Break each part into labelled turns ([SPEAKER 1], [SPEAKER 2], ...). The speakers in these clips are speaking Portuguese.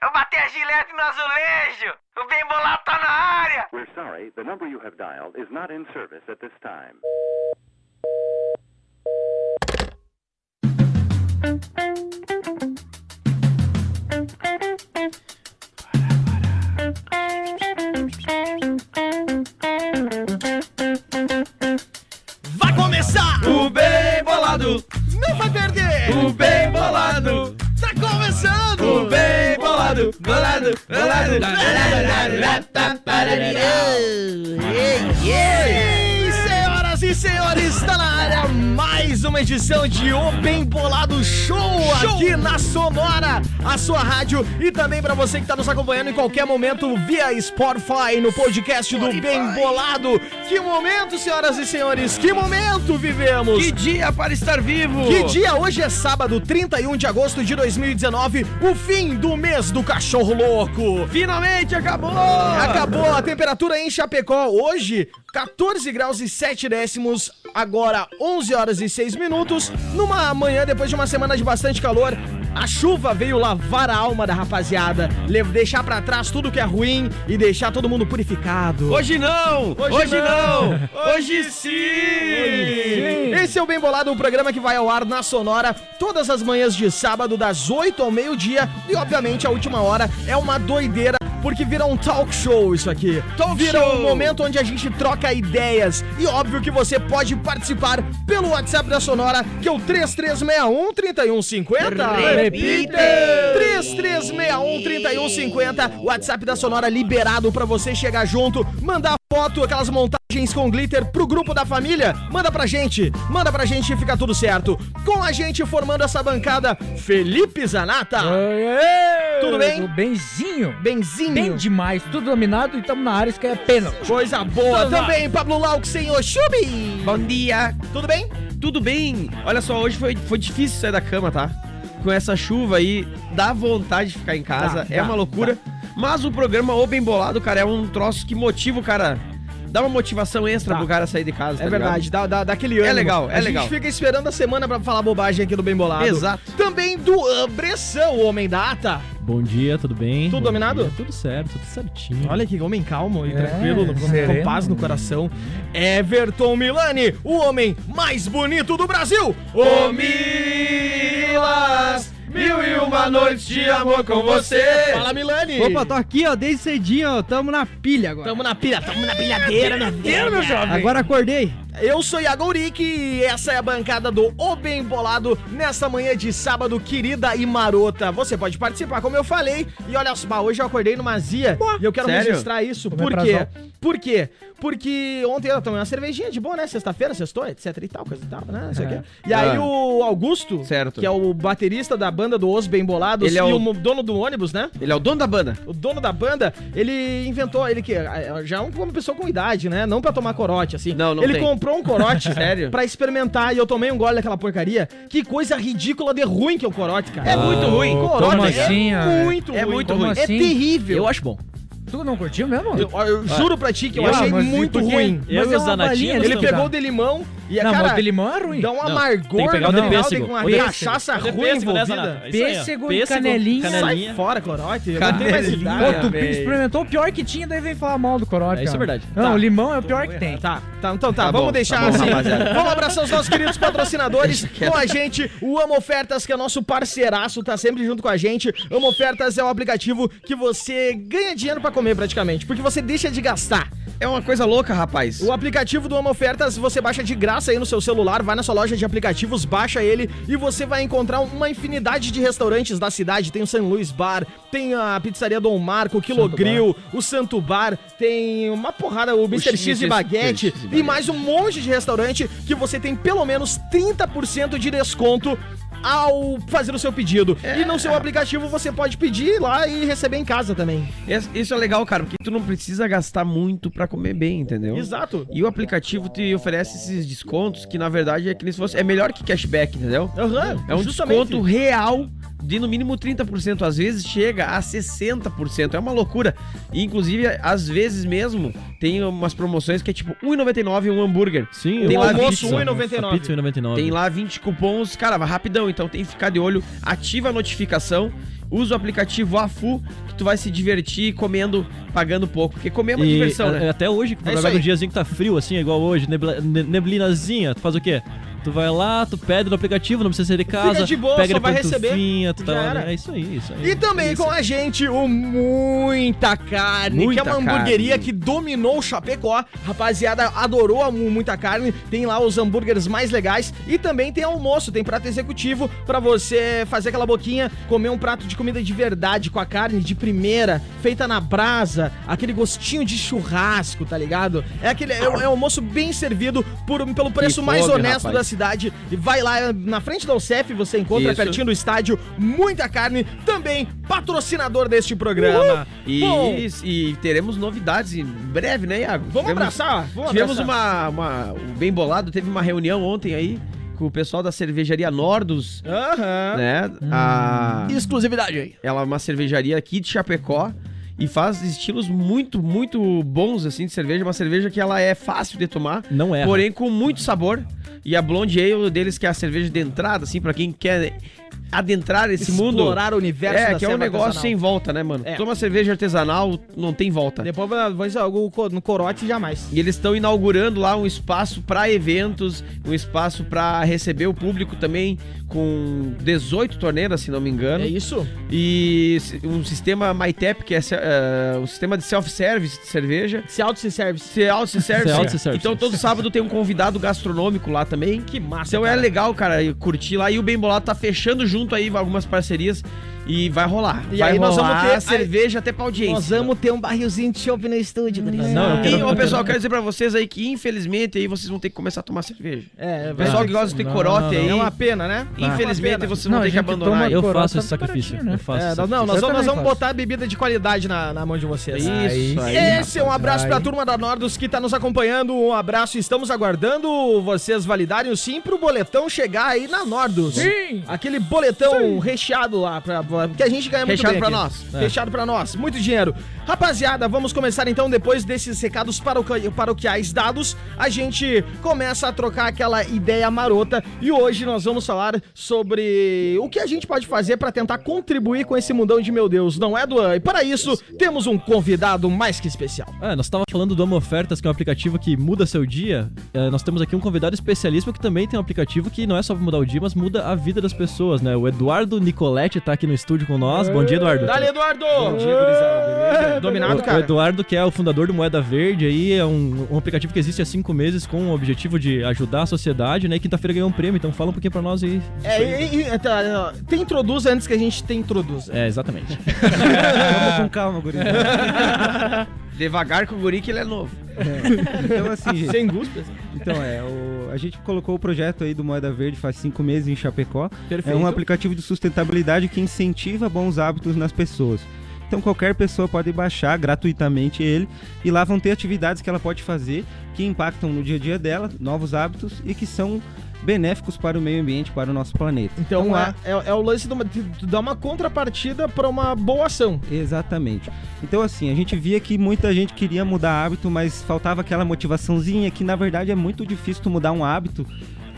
[SPEAKER 1] a gilete no azulejo! O bem bolado tá na área!
[SPEAKER 2] We're sorry, the number you have dialed is not in service at this time.
[SPEAKER 3] Vai começar!
[SPEAKER 4] O bem bolado,
[SPEAKER 3] Não vai perder!
[SPEAKER 4] o bem bolado,
[SPEAKER 3] Tá começando!
[SPEAKER 4] o bem bolado, bolado, bolado.
[SPEAKER 3] Ei, Senhoras e senhores, está na área mais uma edição de O Bem Bolado Show, aqui na Sonora, a sua rádio e também para você que está nos acompanhando em qualquer momento via Spotify no podcast do Bem Bolado. Que momento, senhoras e senhores, que momento vivemos!
[SPEAKER 4] Que dia para estar vivo!
[SPEAKER 3] Que dia? Hoje é sábado, 31 de agosto de 2019, o fim do mês do cachorro louco.
[SPEAKER 4] Finalmente acabou!
[SPEAKER 3] Acabou a temperatura em Chapecó hoje, 14 graus e 7 décimos, agora 11 horas e 6 minutos. Numa manhã, depois de uma semana de bastante calor, a chuva veio lavar a alma da rapaziada, le- deixar pra trás tudo que é ruim e deixar todo mundo purificado.
[SPEAKER 4] Hoje não!
[SPEAKER 3] Hoje
[SPEAKER 4] Hoje,
[SPEAKER 3] não.
[SPEAKER 4] não! Hoje sim!
[SPEAKER 3] Esse é o Bem Bolado, o programa que vai ao ar na Sonora todas as manhãs de sábado, das 8 ao meio-dia. E, obviamente, a última hora é uma doideira, porque vira um talk show isso aqui.
[SPEAKER 4] Talk
[SPEAKER 3] vira um
[SPEAKER 4] show.
[SPEAKER 3] momento onde a gente troca ideias. E óbvio que você pode participar pelo WhatsApp da Sonora, que é o 3361-3150.
[SPEAKER 4] Repita.
[SPEAKER 3] 3361-3150. WhatsApp da Sonora liberado pra você chegar junto, mandar foto, aquelas montagens com glitter pro grupo da família. Manda pra gente, manda pra gente e fica tudo certo. Com a gente formando essa bancada, Felipe Zanata. Tudo bem?
[SPEAKER 5] Tudo benzinho.
[SPEAKER 3] Benzinho.
[SPEAKER 5] Bem demais, tudo dominado e estamos na área, isso que é pena.
[SPEAKER 3] Coisa boa.
[SPEAKER 4] Zanata.
[SPEAKER 3] Também Pablo Lau, senhor Chubi.
[SPEAKER 4] Bom dia!
[SPEAKER 3] Tudo bem?
[SPEAKER 4] Tudo bem? Olha só, hoje foi, foi difícil sair da cama, tá? Com essa chuva aí, dá vontade de ficar em casa,
[SPEAKER 5] Dá,
[SPEAKER 4] é
[SPEAKER 5] dá,
[SPEAKER 4] uma loucura. Mas o programa O Bem Bolado, cara, é um troço que motiva o cara. Dá uma motivação extra
[SPEAKER 5] Dá.
[SPEAKER 4] pro cara sair de casa, tá
[SPEAKER 3] É
[SPEAKER 4] ligado?
[SPEAKER 3] verdade, dá, dá, dá aquele ânimo.
[SPEAKER 4] legal, é
[SPEAKER 3] a
[SPEAKER 4] legal.
[SPEAKER 3] gente fica esperando a semana pra falar bobagem aqui do Bem Bolado.
[SPEAKER 4] Exato.
[SPEAKER 3] Também do ah, Bressan, o homem da ata.
[SPEAKER 6] Bom dia, tudo bem?
[SPEAKER 3] Tudo
[SPEAKER 6] Bom
[SPEAKER 3] dominado?
[SPEAKER 6] dia, tudo certo, tudo certinho.
[SPEAKER 3] Olha que homem calmo e
[SPEAKER 5] É,
[SPEAKER 3] tranquilo, com- com
[SPEAKER 5] sereno.
[SPEAKER 3] paz no coração. Everton Milani, o homem mais bonito do Brasil.
[SPEAKER 4] Ô Milas, mil e uma noites de amor com você.
[SPEAKER 3] Fala, Milani.
[SPEAKER 7] Opa, tô aqui, ó, desde cedinho, ó, tamo na pilha agora.
[SPEAKER 3] Tamo na pilha, tamo na pilhadeira, na pilha, meu jovem.
[SPEAKER 7] Agora acordei.
[SPEAKER 3] Eu sou Iago Uric e essa é a bancada do O Bem Bolado nessa manhã de sábado, querida e marota. Você pode participar, como eu falei. E olha só, bah, hoje eu acordei numa zia e eu quero
[SPEAKER 4] sério?
[SPEAKER 3] registrar isso.
[SPEAKER 5] Tomei
[SPEAKER 3] Por quê?
[SPEAKER 5] prazol.
[SPEAKER 3] Por quê? Porque ontem eu tomei uma cervejinha de boa, né? Sexta-feira, sextou, etc e tal, coisa e tal, né? Não sei o quê. E aí
[SPEAKER 4] Ah.
[SPEAKER 3] o Augusto,
[SPEAKER 4] Certo.
[SPEAKER 3] que é o baterista da banda do Os Bem Bolados
[SPEAKER 4] Ele é
[SPEAKER 3] e
[SPEAKER 4] o-
[SPEAKER 3] o dono do ônibus, né?
[SPEAKER 4] Ele é o dono da banda.
[SPEAKER 3] O dono da banda, ele inventou, ele que já é uma pessoa com idade, né? Não pra tomar corote, assim.
[SPEAKER 4] Não, não
[SPEAKER 3] Ele
[SPEAKER 4] tem.
[SPEAKER 3] comprou um corote,
[SPEAKER 4] Sério?
[SPEAKER 3] Pra experimentar e eu tomei um gole daquela porcaria. Que coisa ridícula de ruim que é o corote, cara.
[SPEAKER 4] É muito ruim.
[SPEAKER 3] Corote
[SPEAKER 5] Como
[SPEAKER 3] é
[SPEAKER 5] assim, ah,
[SPEAKER 3] muito
[SPEAKER 4] é
[SPEAKER 3] ruim.
[SPEAKER 4] muito
[SPEAKER 3] Como
[SPEAKER 4] ruim.
[SPEAKER 3] assim? É terrível.
[SPEAKER 6] eu acho bom.
[SPEAKER 5] Tu não curtiu mesmo?
[SPEAKER 3] Eu, eu juro pra ti que eu
[SPEAKER 5] Ah,
[SPEAKER 3] achei
[SPEAKER 5] mas é e
[SPEAKER 3] muito
[SPEAKER 5] por quê?
[SPEAKER 3] ruim.
[SPEAKER 5] Eu e o Zanatini,
[SPEAKER 3] Ele
[SPEAKER 5] estamos
[SPEAKER 3] pegou
[SPEAKER 5] lá.
[SPEAKER 3] o de limão e a
[SPEAKER 5] não, mas
[SPEAKER 3] cara
[SPEAKER 5] o de limão é ruim.
[SPEAKER 3] dá um
[SPEAKER 6] Não,
[SPEAKER 3] amargor
[SPEAKER 6] tem que pegar o
[SPEAKER 3] no
[SPEAKER 6] de
[SPEAKER 3] final,
[SPEAKER 6] pêssego.
[SPEAKER 3] tem uma
[SPEAKER 6] Pêssego.
[SPEAKER 3] cachaça
[SPEAKER 6] É
[SPEAKER 3] ruim
[SPEAKER 6] pêssego, né,
[SPEAKER 3] envolvida.
[SPEAKER 6] Zanata? Isso aí, ó.
[SPEAKER 5] Pêssego e canelinha.
[SPEAKER 3] Sai fora, corote. Eu não tenho mais
[SPEAKER 4] Canelinha.
[SPEAKER 3] idade.
[SPEAKER 5] Pô, tu
[SPEAKER 4] velho.
[SPEAKER 5] experimentou o pior que tinha, daí vem falar mal do corote.
[SPEAKER 6] É, isso é
[SPEAKER 5] cara.
[SPEAKER 6] verdade.
[SPEAKER 5] Não,
[SPEAKER 3] Tá.
[SPEAKER 5] o limão é o pior que tem.
[SPEAKER 3] Tá, tá, então tá,
[SPEAKER 4] Tá
[SPEAKER 3] vamos
[SPEAKER 4] bom,
[SPEAKER 3] deixar
[SPEAKER 4] tá bom,
[SPEAKER 3] assim.
[SPEAKER 4] rapaziada.
[SPEAKER 3] Vamos abraçar os nossos queridos patrocinadores com a gente. O Amo Ofertas, que é nosso parceiraço, tá sempre junto com a gente. Amo Ofertas é um aplicativo que você ganha dinheiro pra comer praticamente, porque você deixa de gastar.
[SPEAKER 4] É uma coisa louca, rapaz.
[SPEAKER 3] O aplicativo do Amo Ofertas você baixa de graça aí no seu celular, vai na sua loja de aplicativos, baixa ele e você vai encontrar uma infinidade de restaurantes da cidade. Tem o San Luís Bar, tem a Pizzaria Dom Marco, o Quilogril, o Santo Bar, tem uma porrada, o Mr.
[SPEAKER 4] X-
[SPEAKER 3] X e Baguete
[SPEAKER 4] Mr. X e
[SPEAKER 3] e
[SPEAKER 4] Baguete.
[SPEAKER 3] mais um monte de restaurante que você tem pelo menos 30% de desconto. Ao fazer o seu pedido.
[SPEAKER 4] É.
[SPEAKER 3] E no seu aplicativo você pode pedir lá e receber em casa também.
[SPEAKER 4] Es- Isso é legal, cara, porque tu não precisa gastar muito pra comer bem, entendeu?
[SPEAKER 3] Exato.
[SPEAKER 4] E o aplicativo te oferece esses descontos que, na verdade, é que nem se fosse. É melhor que cashback, entendeu?
[SPEAKER 3] Aham.
[SPEAKER 4] É um
[SPEAKER 3] justamente.
[SPEAKER 4] desconto real de no mínimo 30%, às vezes chega a 60%. É uma loucura. E, inclusive, às vezes mesmo, tem umas promoções que é tipo 1,99 um hambúrguer.
[SPEAKER 8] Sim,
[SPEAKER 4] Tem
[SPEAKER 8] uma
[SPEAKER 4] almoço,
[SPEAKER 8] pizza,
[SPEAKER 3] 1,99.
[SPEAKER 8] uma Pizza 1,99.
[SPEAKER 4] Tem lá 20 cupons, cara, vai rapidão, então tem que ficar de olho, ativa a notificação, usa o aplicativo AFU, que tu vai se divertir comendo, pagando pouco, porque comer é uma
[SPEAKER 8] E
[SPEAKER 4] diversão,
[SPEAKER 8] a-
[SPEAKER 4] né?
[SPEAKER 8] Até hoje,
[SPEAKER 3] É
[SPEAKER 8] por
[SPEAKER 3] isso
[SPEAKER 8] agora
[SPEAKER 3] aí.
[SPEAKER 8] um diazinho que tá frio, assim, igual hoje, nebla- ne- neblinazinha, tu faz o quê? Tu vai lá, tu pede no aplicativo, não precisa sair de casa.
[SPEAKER 3] de boa,
[SPEAKER 8] pega
[SPEAKER 3] só
[SPEAKER 8] de
[SPEAKER 3] vai receber.
[SPEAKER 8] pantufinha, Tu tá
[SPEAKER 3] Já
[SPEAKER 8] lá,
[SPEAKER 3] era.
[SPEAKER 8] né? É isso aí, isso aí.
[SPEAKER 3] E também
[SPEAKER 8] Isso.
[SPEAKER 3] com a gente o Muita Carne,
[SPEAKER 4] Muita
[SPEAKER 3] que é uma hamburgueria
[SPEAKER 4] Carne.
[SPEAKER 3] que dominou o Chapecó. Rapaziada, adorou a Mu- Muita Carne. Tem lá os hambúrgueres mais legais e também tem almoço, tem prato executivo pra você fazer aquela boquinha, comer um prato de comida de verdade com a carne de primeira, feita na brasa, aquele gostinho de churrasco, tá ligado? É aquele é, um- é um almoço bem servido por, pelo preço
[SPEAKER 4] Que
[SPEAKER 3] mais
[SPEAKER 4] fome,
[SPEAKER 3] honesto
[SPEAKER 4] rapaz.
[SPEAKER 3] da cidade. E vai lá eh, na frente da UCEF, você encontra
[SPEAKER 4] Isso.
[SPEAKER 3] pertinho do estádio Muita Carne, também patrocinador deste programa.
[SPEAKER 4] E,
[SPEAKER 3] Bom.
[SPEAKER 4] e teremos novidades em breve, né, Iago?
[SPEAKER 3] Vamos
[SPEAKER 4] Tivemos-
[SPEAKER 3] abraçar? Vamos
[SPEAKER 4] Tivemos um-
[SPEAKER 3] abraçar.
[SPEAKER 4] uma, uma- o Bem Bolado teve uma reunião ontem aí com o pessoal da cervejaria Nordos,
[SPEAKER 3] Aham.
[SPEAKER 4] né? A-
[SPEAKER 3] Ah. Hum. Exclusividade aí.
[SPEAKER 4] Ela é uma cervejaria aqui de Chapecó e faz estilos muito, muito bons assim de cerveja. Uma cerveja que ela é fácil de tomar,
[SPEAKER 8] Não é.
[SPEAKER 4] porém com muito sabor. E a Blonde Ale deles que é a cerveja de entrada, assim, pra quem quer adentrar esse mundo.
[SPEAKER 3] Explorar o universo
[SPEAKER 4] É,
[SPEAKER 3] da
[SPEAKER 4] que é um
[SPEAKER 3] serva
[SPEAKER 4] negócio
[SPEAKER 3] artesanal.
[SPEAKER 4] sem volta, né, mano?
[SPEAKER 3] É.
[SPEAKER 4] Toma cerveja artesanal, não tem volta.
[SPEAKER 3] Depois vai- vai ser algo co- no corote jamais.
[SPEAKER 4] E eles estão inaugurando lá um espaço pra eventos, um espaço pra receber o público também, com 18 torneiras, se não me engano.
[SPEAKER 3] É isso?
[SPEAKER 4] e s- um sistema MyTap, que é se- é, um sistema de self-service de cerveja.
[SPEAKER 3] Se auto se serve.
[SPEAKER 4] Se auto-service.
[SPEAKER 8] Self-service.
[SPEAKER 4] Então todo sábado tem um convidado gastronômico lá também.
[SPEAKER 3] Que massa.
[SPEAKER 4] Então é
[SPEAKER 3] cara.
[SPEAKER 4] legal, cara, e curtir lá. E o Bem Bolado tá fechando junto aí algumas parcerias e vai rolar.
[SPEAKER 3] E
[SPEAKER 4] vai
[SPEAKER 3] aí nós
[SPEAKER 4] rolar
[SPEAKER 3] vamos ter-
[SPEAKER 4] cerveja até pra audiência.
[SPEAKER 3] Nós vamos ter um barrilzinho de chope no estúdio, Gris.
[SPEAKER 8] Não, eu
[SPEAKER 4] E,
[SPEAKER 8] quero...
[SPEAKER 4] ô, pessoal, quero dizer pra vocês aí que, infelizmente, aí vocês vão ter que começar a tomar cerveja.
[SPEAKER 3] É,
[SPEAKER 4] O
[SPEAKER 3] vai-
[SPEAKER 4] pessoal que gosta de
[SPEAKER 8] Não,
[SPEAKER 4] corote
[SPEAKER 8] não,
[SPEAKER 4] aí,
[SPEAKER 3] é uma pena, né?
[SPEAKER 4] infelizmente, vocês
[SPEAKER 5] Não,
[SPEAKER 4] vão
[SPEAKER 5] a
[SPEAKER 4] ter que
[SPEAKER 5] gente toma-
[SPEAKER 4] abandonar aí.
[SPEAKER 8] Eu
[SPEAKER 5] Coroa
[SPEAKER 8] faço
[SPEAKER 5] tá
[SPEAKER 8] esse sacrifício.
[SPEAKER 5] baratinho, né?
[SPEAKER 8] Eu faço
[SPEAKER 3] É,
[SPEAKER 8] esse
[SPEAKER 3] não, não, nós
[SPEAKER 5] Eu
[SPEAKER 3] vamos, nós
[SPEAKER 5] também
[SPEAKER 3] vamos
[SPEAKER 5] faço.
[SPEAKER 3] botar a bebida de qualidade na, na mão de vocês.
[SPEAKER 4] Isso aí.
[SPEAKER 3] Esse é um abraço pra turma da Nordos que tá nos acompanhando. Um abraço, estamos aguardando vocês validarem o sim pro boletão chegar aí na Nordos.
[SPEAKER 5] Sim.
[SPEAKER 3] Aquele boletão recheado lá, pra, pra- que a gente ganha muito
[SPEAKER 4] Recheado
[SPEAKER 3] bem
[SPEAKER 4] pra
[SPEAKER 3] aqui.
[SPEAKER 4] nós.
[SPEAKER 3] É. Recheado pra nós, muito dinheiro. Rapaziada, vamos começar então, depois desses recados paroqui- paroquiais dados, a gente começa a trocar aquela ideia marota e hoje nós vamos falar sobre o que a gente pode fazer pra tentar contribuir com esse mundão de meu Deus, não é, Duan? E para isso, temos um convidado mais que especial.
[SPEAKER 8] É, nós estávamos falando do Amo Ofertas, que é um aplicativo que muda seu dia. É, nós temos aqui um convidado especialista que também tem um aplicativo que não é só mudar o dia, mas muda a vida das pessoas, né? O Eduardo Nicoletti tá aqui no estúdio com nós. Bom dia, Eduardo.
[SPEAKER 3] Dale, Eduardo! Dominado,
[SPEAKER 8] É O- O
[SPEAKER 3] cara.
[SPEAKER 8] Eduardo, que é o fundador do Moeda Verde, aí é um, um aplicativo que existe há cinco meses com o objetivo de ajudar a sociedade, né? E quinta-feira ganhou um prêmio, então fala um pouquinho pra nós aí.
[SPEAKER 3] É, e, e- tá, te introduza antes que a gente te introduza.
[SPEAKER 8] É, exatamente.
[SPEAKER 9] Vamos com calma, guri.
[SPEAKER 4] Devagar com o guri que ele é novo.
[SPEAKER 9] Então, assim, gente,
[SPEAKER 3] É. Sem gustas.
[SPEAKER 9] então é, o- a gente colocou o projeto aí do Moeda Verde faz cinco meses em Chapecó.
[SPEAKER 3] Perfeito.
[SPEAKER 9] É um aplicativo de sustentabilidade que incentiva bons hábitos nas pessoas. Então qualquer pessoa pode baixar gratuitamente ele e lá vão ter atividades que ela pode fazer que impactam no dia a dia dela, novos hábitos e que são benéficos para o meio ambiente, para o nosso planeta.
[SPEAKER 3] Então,
[SPEAKER 9] Então,
[SPEAKER 3] é, é- é o lance de, uma- de- de dar uma contrapartida pra uma boa ação.
[SPEAKER 9] Exatamente. Então, assim, a gente via que muita gente queria mudar hábito, mas faltava aquela motivaçãozinha que, na verdade, é muito difícil tu mudar um hábito,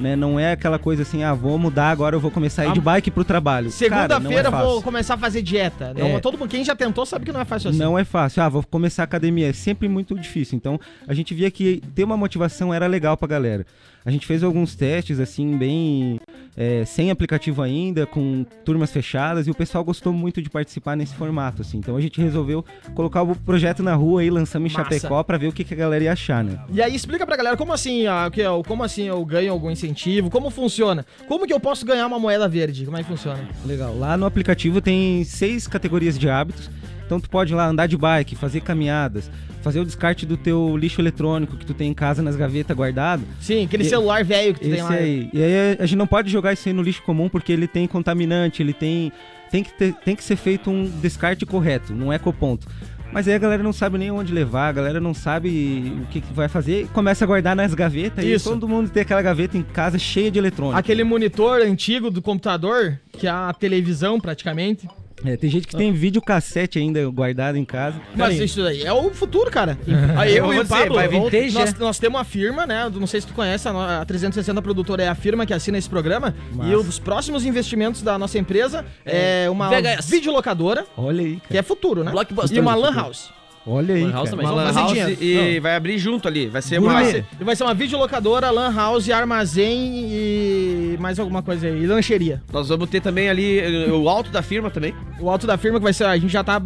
[SPEAKER 9] né? Não é aquela coisa assim, ah, vou mudar agora, eu vou começar a ir de bike pro trabalho. Cara, não
[SPEAKER 3] Ah, Segunda-feira
[SPEAKER 9] é
[SPEAKER 3] eu vou
[SPEAKER 9] fácil.
[SPEAKER 3] começar a fazer dieta. Não,
[SPEAKER 9] É.
[SPEAKER 3] Todo mundo, quem já tentou sabe que não é fácil assim.
[SPEAKER 9] Não é fácil. Ah, vou começar a academia. É sempre muito difícil. Então, a gente via que ter uma motivação era legal pra galera. A gente fez alguns testes, assim, bem... é, sem aplicativo ainda, com turmas fechadas. E o pessoal gostou muito de participar nesse formato, assim. Então, a gente resolveu colocar o projeto na rua e lançamos em
[SPEAKER 3] Massa.
[SPEAKER 9] Chapecó pra ver o que, que a galera ia achar, né?
[SPEAKER 3] E aí explica pra galera como assim, ah, o que é o- como assim eu ganho algum incentivo, como funciona? Como que eu posso ganhar uma moeda verde? Como é que funciona?
[SPEAKER 9] Legal. Lá no aplicativo tem seis categorias de hábitos. Então tu pode ir lá andar de bike, fazer caminhadas, fazer o descarte do teu lixo eletrônico que tu tem em casa nas gavetas guardado.
[SPEAKER 3] Sim, aquele
[SPEAKER 9] E-
[SPEAKER 3] celular velho que tu tem
[SPEAKER 9] Esse
[SPEAKER 3] lá.
[SPEAKER 9] aí. E aí a gente não pode jogar isso aí no lixo comum porque ele tem contaminante, ele tem. Tem que, ter- tem que ser feito um descarte correto, num ecoponto.
[SPEAKER 5] é Mas aí a galera não sabe nem onde levar, a galera não sabe o que, que vai fazer, começa a guardar nas gavetas
[SPEAKER 10] Isso.
[SPEAKER 5] e todo mundo tem aquela gaveta em casa cheia de eletrônico.
[SPEAKER 3] Aquele monitor antigo do computador, que é a televisão praticamente.
[SPEAKER 5] É, tem gente que tem vídeo cassete ainda guardado em casa.
[SPEAKER 3] Mas isso daí é o futuro, cara. Aí eu
[SPEAKER 10] Eu
[SPEAKER 3] e
[SPEAKER 10] vou
[SPEAKER 3] o
[SPEAKER 10] dizer,
[SPEAKER 3] Pablo,
[SPEAKER 10] vai vir
[SPEAKER 3] nós,
[SPEAKER 10] desde,
[SPEAKER 3] nós, temos uma firma, né? Não sei se tu conhece, a no- a 360 produtora é a firma que assina esse programa. E os próximos investimentos da nossa empresa é, uma
[SPEAKER 4] VHS.
[SPEAKER 3] videolocadora,
[SPEAKER 5] Olha aí,
[SPEAKER 3] que
[SPEAKER 5] cara.
[SPEAKER 3] é futuro, né?
[SPEAKER 4] Blockbuster
[SPEAKER 3] E uma
[SPEAKER 4] do
[SPEAKER 3] lan
[SPEAKER 4] futuro.
[SPEAKER 3] house.
[SPEAKER 5] Olha aí.
[SPEAKER 4] Lan
[SPEAKER 5] cara.
[SPEAKER 4] House também.
[SPEAKER 10] Uma
[SPEAKER 4] Vamos
[SPEAKER 10] lan
[SPEAKER 4] fazer
[SPEAKER 10] house
[SPEAKER 4] dinheiro.
[SPEAKER 10] e vai abrir junto ali. Vai ser uma...
[SPEAKER 3] Vai ser, e vai ser uma videolocadora, lan house, armazém e mais alguma coisa aí. E lancheria.
[SPEAKER 4] Nós vamos ter também ali eh, o alto da firma também.
[SPEAKER 3] O alto da firma que vai ser, a gente já tá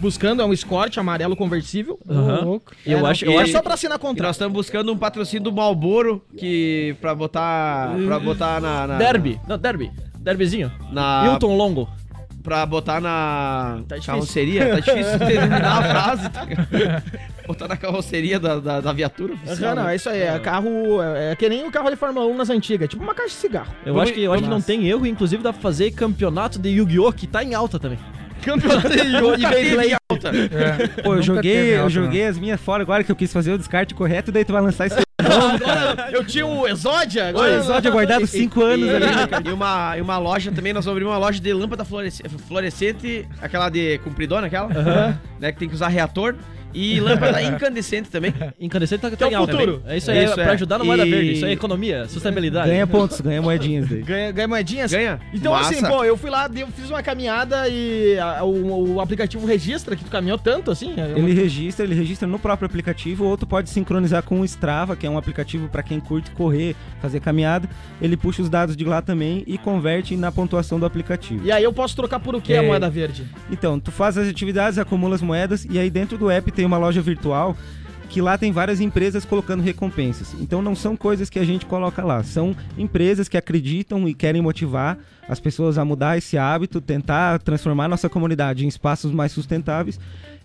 [SPEAKER 3] buscando, é um escorte amarelo conversível.
[SPEAKER 11] louco.
[SPEAKER 4] Eu
[SPEAKER 3] É, não,
[SPEAKER 4] acho-
[SPEAKER 3] e
[SPEAKER 4] eu
[SPEAKER 3] é
[SPEAKER 4] acho-
[SPEAKER 3] só pra assinar
[SPEAKER 4] E
[SPEAKER 3] contrato.
[SPEAKER 4] nós estamos buscando um patrocínio do Malboro que para botar para botar na, na
[SPEAKER 3] Derby.
[SPEAKER 4] Não, derby.
[SPEAKER 11] Derbyzinho.
[SPEAKER 5] Ah,
[SPEAKER 4] Na
[SPEAKER 5] um
[SPEAKER 11] Hilton Longo.
[SPEAKER 4] pra botar na
[SPEAKER 3] Tá difícil.
[SPEAKER 4] carroceria, tá difícil terminar a frase. tá? botar na carroceria da, da, da viatura oficial.
[SPEAKER 3] Aham, não,
[SPEAKER 4] né?
[SPEAKER 3] é isso aí. É carro. É, é que nem o carro de Fórmula 1 nas antigas. é Tipo uma caixa de cigarro.
[SPEAKER 9] Eu acho que, eu
[SPEAKER 5] é
[SPEAKER 9] acho que não tem erro, inclusive dá pra fazer campeonato de Yu-Gi-Oh! que tá em alta também.
[SPEAKER 3] Campeonato de
[SPEAKER 4] E vem lá em alta.
[SPEAKER 5] Pô, eu
[SPEAKER 11] Nunca teve
[SPEAKER 5] joguei,
[SPEAKER 11] alta,
[SPEAKER 5] eu joguei as minhas fora agora que eu quis fazer o descarte correto, daí tu vai lançar esse
[SPEAKER 3] Agora eu tinha o Exódia. Agora
[SPEAKER 5] episódio guardado 5 anos
[SPEAKER 4] né?
[SPEAKER 5] ali.
[SPEAKER 4] E-
[SPEAKER 5] né,
[SPEAKER 4] E uma, e uma loja também, nós vamos abrir uma loja de lâmpada floresce- fluorescente, aquela de compridona, aquela, né, que tem que usar reator, e lâmpada incandescente também.
[SPEAKER 9] Incandescente tá, tá em
[SPEAKER 3] o
[SPEAKER 9] alta.
[SPEAKER 3] futuro.
[SPEAKER 9] também. É isso aí,
[SPEAKER 4] Isso,
[SPEAKER 9] é
[SPEAKER 4] é.
[SPEAKER 9] pra ajudar na moeda
[SPEAKER 4] E-
[SPEAKER 9] verde. Isso aí é economia, sustentabilidade.
[SPEAKER 5] Ganha pontos, ganha moedinhas daí.
[SPEAKER 3] Ganha, ganha moedinhas.
[SPEAKER 4] Ganha.
[SPEAKER 3] Então,
[SPEAKER 4] Massa.
[SPEAKER 3] assim, pô, eu fui lá, eu fiz uma caminhada e a- o, o aplicativo registra que tu caminhou tanto, assim. é uma-
[SPEAKER 5] Ele registra, ele registra no próprio aplicativo, ou tu pode sincronizar com o Strava, que é um aplicativo pra quem curte correr, fazer caminhada. Ele puxa os dados de lá também e converte na pontuação do aplicativo.
[SPEAKER 3] E aí eu posso trocar por o quê a
[SPEAKER 5] É.
[SPEAKER 3] moeda verde?
[SPEAKER 5] Então, tu faz as atividades, acumula as moedas e aí dentro do app tem uma loja virtual que lá tem várias empresas colocando recompensas. Então não são coisas que a gente coloca lá, são empresas que acreditam e querem motivar as pessoas a mudar esse hábito, tentar transformar nossa comunidade em espaços mais sustentáveis.